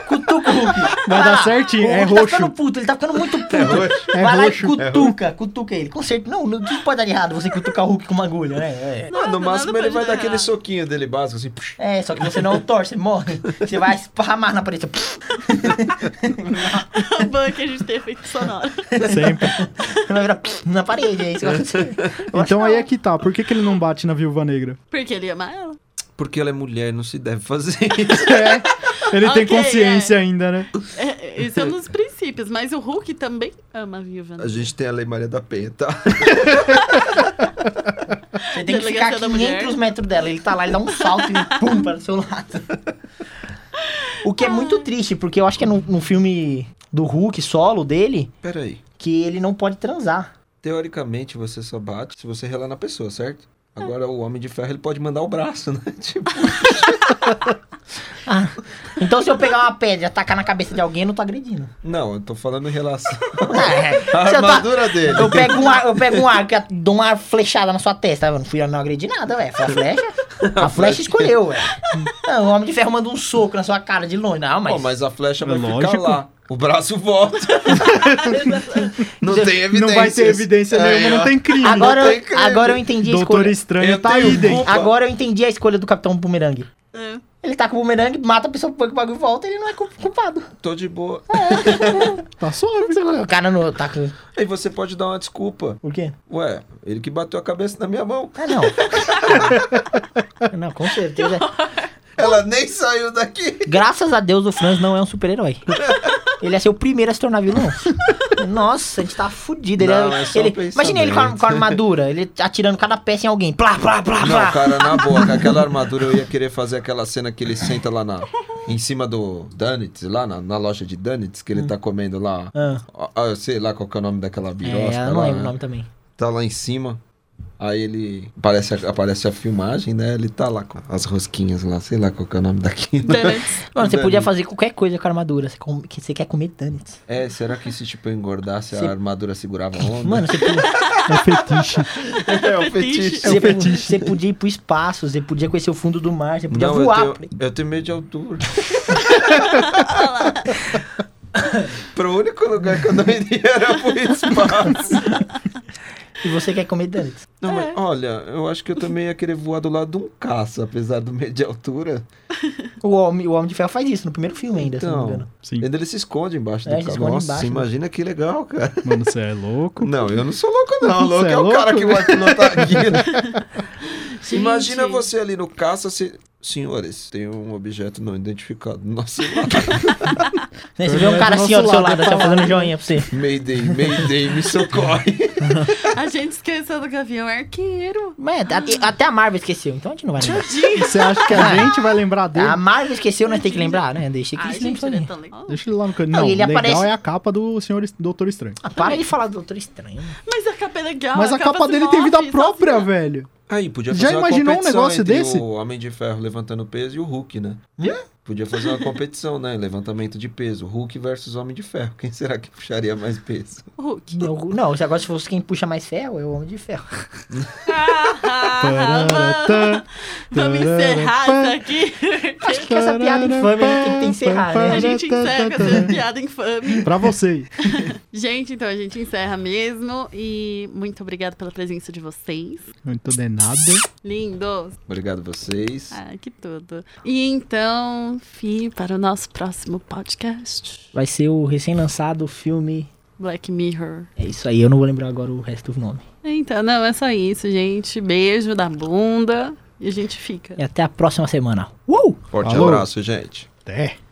Speaker 2: Cutuca o Hulk. Ah,
Speaker 4: Vai dar certinho,
Speaker 2: O
Speaker 4: é
Speaker 2: Hulk
Speaker 4: roxo.
Speaker 2: Tá ficando puto, ele tá ficando muito puto.
Speaker 4: É
Speaker 2: Vai lá e
Speaker 4: roxo.
Speaker 2: cutuca, cutuca ele. Com certeza. Não, não- o que pode dar de errado você cutucar o Hulk com uma agulha, né? É.
Speaker 3: Ah,
Speaker 1: Nada,
Speaker 3: no máximo
Speaker 1: nada
Speaker 3: ele
Speaker 1: pode
Speaker 3: vai
Speaker 1: dar
Speaker 3: dar aquele
Speaker 1: errado.
Speaker 3: soquinho dele básico, assim. psh.
Speaker 2: É, só que você não torce, você morre. Você vai esparramar na parede.
Speaker 1: O bug a gente tem efeito sonoro.
Speaker 4: Sempre.
Speaker 2: Você vai virar na parede, é isso que vai acontecer. Eu acho
Speaker 4: Então aí
Speaker 2: não.
Speaker 4: é que tá. Por que, que ele não bate na viúva negra?
Speaker 1: Porque ele ama ela.
Speaker 3: Porque ela é mulher, não se deve fazer isso.
Speaker 4: É. Ele
Speaker 1: Ok,
Speaker 4: tem consciência ainda, né?
Speaker 1: É, esse é um dos princípios, mas o Hulk também ama a viúva. né?
Speaker 3: A gente tem a Lei Maria da Penha, tá?
Speaker 2: Você tem que
Speaker 1: Delegacia
Speaker 2: ficar
Speaker 1: da mulher.
Speaker 2: 500 metros dela. Ele tá lá, ele dá um salto e pum, para o seu lado. O que é muito triste, porque eu acho que é no, no filme do Hulk solo dele
Speaker 3: Peraí.
Speaker 2: que ele não pode transar.
Speaker 3: Teoricamente, você só bate se você relar na pessoa, certo? Agora, o Homem de Ferro, ele pode mandar o braço, né? Tipo,
Speaker 2: Ah, então se eu pegar uma pedra e atacar na cabeça de alguém, eu não tô agredindo.
Speaker 3: não, eu tô falando em relação à
Speaker 1: tá
Speaker 2: É, se eu, tô-
Speaker 3: armadura dele.
Speaker 2: eu pego um ar- eu pego um arco, e dou uma flechada na sua testa, eu não fui, eu não agredi nada, velho. Foi a flecha. A flecha escolheu, velho. Não, o Homem de Ferro manda um soco na sua cara de longe. Não, mas...
Speaker 3: Pô, mas a flecha vai ficar
Speaker 4: Lógico.
Speaker 3: lá. O braço volta. não tem É, evidência.
Speaker 4: Não vai ter evidência nenhuma, não tem crime.
Speaker 2: agora,
Speaker 3: não
Speaker 2: eu-
Speaker 3: tem crime.
Speaker 2: agora eu entendi a
Speaker 4: Doutor
Speaker 2: escolha.
Speaker 4: Estranho
Speaker 3: Eu
Speaker 4: tá
Speaker 3: tenho um
Speaker 4: aí dentro.
Speaker 3: culpa.
Speaker 2: Agora eu entendi a escolha do Capitão Bumerangue.
Speaker 1: É.
Speaker 2: Ele tá com o bumerangue, mata a pessoa, põe que o bagulho e volta, ele não é cu- culpado.
Speaker 3: Tô de boa.
Speaker 4: Tá suave.
Speaker 2: O cara não tá com...
Speaker 3: Aí É, você pode dar uma desculpa.
Speaker 2: O quê?
Speaker 3: Ué, ele que bateu a cabeça na minha mão.
Speaker 2: Ah, não. não, com certeza.
Speaker 3: Ela nem saiu daqui.
Speaker 2: Graças a Deus o Franz não é um super-herói. Ele ia ser o primeiro a se tornar vilão. Nossa, a gente tá fudido. Ele,
Speaker 3: Não,
Speaker 2: é-
Speaker 3: é só
Speaker 2: ele-
Speaker 3: um pensamento.
Speaker 2: imagina ele com a, com a armadura, ele atirando cada peça em alguém. Plá, plá, plá, plá.
Speaker 3: Não, cara, na boa, com aquela armadura eu ia querer fazer aquela cena que ele senta lá na, em cima do Dunnits, lá na, na loja de Dunnits, que ele tá comendo lá.
Speaker 2: Ah.
Speaker 3: Ah, ah, eu sei lá qual que é o nome daquela birosca
Speaker 2: É, eu não
Speaker 3: lá.
Speaker 2: lembro
Speaker 3: né?
Speaker 2: o nome também.
Speaker 3: Tá lá em cima. Aí ele. Aparece a, aparece a filmagem, né? Ele tá lá com as rosquinhas lá, sei lá qual que é o nome daquilo.
Speaker 1: Donuts.
Speaker 2: Mano, você
Speaker 3: Dani.
Speaker 2: podia fazer qualquer coisa com a armadura. Você, com- que você quer comer Dunnets.
Speaker 3: É, será que se tipo eu engordasse
Speaker 2: Sim.
Speaker 3: a armadura segurava a onda?
Speaker 2: Mano, você podia...
Speaker 4: É fetiche.
Speaker 3: é o
Speaker 4: um
Speaker 1: fetiche.
Speaker 2: Você, po- você podia ir pro espaço, você podia conhecer o fundo do mar, você podia
Speaker 3: Não,
Speaker 2: voar.
Speaker 3: eu tenho, eu tenho medo de altura. Pro único lugar que eu não iria era pro espaço.
Speaker 2: E você quer comer donuts.
Speaker 3: Não, mas olha, eu acho que eu também ia querer voar do lado de um caça, apesar do medo de altura.
Speaker 2: O homem, o homem de Ferro faz isso no primeiro filme ainda, se não me
Speaker 3: Então,
Speaker 2: engano.
Speaker 4: Sim.
Speaker 3: ainda ele se esconde embaixo
Speaker 2: É,
Speaker 3: do
Speaker 2: se
Speaker 3: carro.
Speaker 2: esconde
Speaker 3: Nossa,
Speaker 2: embaixo,
Speaker 3: imagina que legal, cara.
Speaker 4: Mano, você é louco.
Speaker 3: Não, eu não sou louco, não. louco
Speaker 4: Você
Speaker 3: é,
Speaker 4: é
Speaker 3: o cara
Speaker 4: louco?
Speaker 3: que vai pilotar aqui. né?
Speaker 1: Então, Gente.
Speaker 3: Imagina você ali no caça se. Senhores, tem um objeto não identificado no nosso lado.
Speaker 2: Né, Você vê um
Speaker 4: É
Speaker 2: cara
Speaker 4: do
Speaker 2: assim, ó,
Speaker 4: nosso
Speaker 2: do seu
Speaker 4: lado,
Speaker 2: lado,
Speaker 4: tá
Speaker 2: só
Speaker 4: lá.
Speaker 2: fazendo joinha pra você.
Speaker 3: Mayday, Mayday, me socorre.
Speaker 1: A gente esqueceu do Gavião Arqueiro.
Speaker 2: Mas até, até a Marvel esqueceu, então a gente não vai lembrar.
Speaker 4: Você acha que
Speaker 2: Ah.
Speaker 4: a gente vai lembrar dele?
Speaker 2: A Marvel esqueceu, nós temos que lembrar, né? Deixa que
Speaker 1: Ai,
Speaker 2: se lembre
Speaker 1: gente, ele é
Speaker 2: sozinho.
Speaker 1: tão legal.
Speaker 4: Deixa ele lá no canto.
Speaker 2: Não,
Speaker 4: Não,
Speaker 2: ele
Speaker 4: legal
Speaker 2: aparece-
Speaker 4: é a capa do senhor es- Doutor Estranho.
Speaker 2: Ah, para de falar do Doutor Estranho. né?
Speaker 1: Mas a capa é
Speaker 2: Ah,
Speaker 1: legal.
Speaker 4: Mas a capa
Speaker 1: se
Speaker 4: dele tem
Speaker 1: move
Speaker 4: vida
Speaker 1: sozinha.
Speaker 4: própria, velho.
Speaker 3: Aí, podia fazer
Speaker 4: Já
Speaker 3: uma
Speaker 4: imaginou um
Speaker 3: competição
Speaker 4: negócio
Speaker 3: entre
Speaker 4: desse?
Speaker 3: O Homem de Ferro levantando peso e o Hulk, né?
Speaker 2: Hum?
Speaker 3: Podia fazer uma competição, né? Levantamento de peso. Hulk versus Homem de Ferro. Quem será que puxaria mais peso?
Speaker 1: Hulk.
Speaker 2: Não, não, se agora se fosse quem puxa mais ferro, é o Homem de Ferro.
Speaker 4: Taratã,
Speaker 1: Ah, Vamos encerrar isso
Speaker 4: taratã,
Speaker 1: aqui.
Speaker 2: Acho que com essa piada infame a gente tem que encerrar, né?
Speaker 1: A gente encerra com essa piada infame.
Speaker 4: Pra você.
Speaker 1: Gente, então a gente encerra mesmo. E muito obrigada pela presença de vocês.
Speaker 4: Muito de é nada.
Speaker 1: Lindos.
Speaker 3: Obrigado vocês.
Speaker 1: Ai, Ah, que tudo. E então, fim para o nosso próximo podcast.
Speaker 2: Vai ser o recém-lançado filme.
Speaker 1: Black Mirror.
Speaker 2: É isso aí, eu não vou lembrar agora o resto do nome.
Speaker 1: Então, não, é só isso, gente. Beijo da bunda. E a gente fica.
Speaker 2: E até a próxima semana. Uh! Uou!
Speaker 3: Forte
Speaker 4: Falou.
Speaker 3: abraço, gente.
Speaker 4: Até.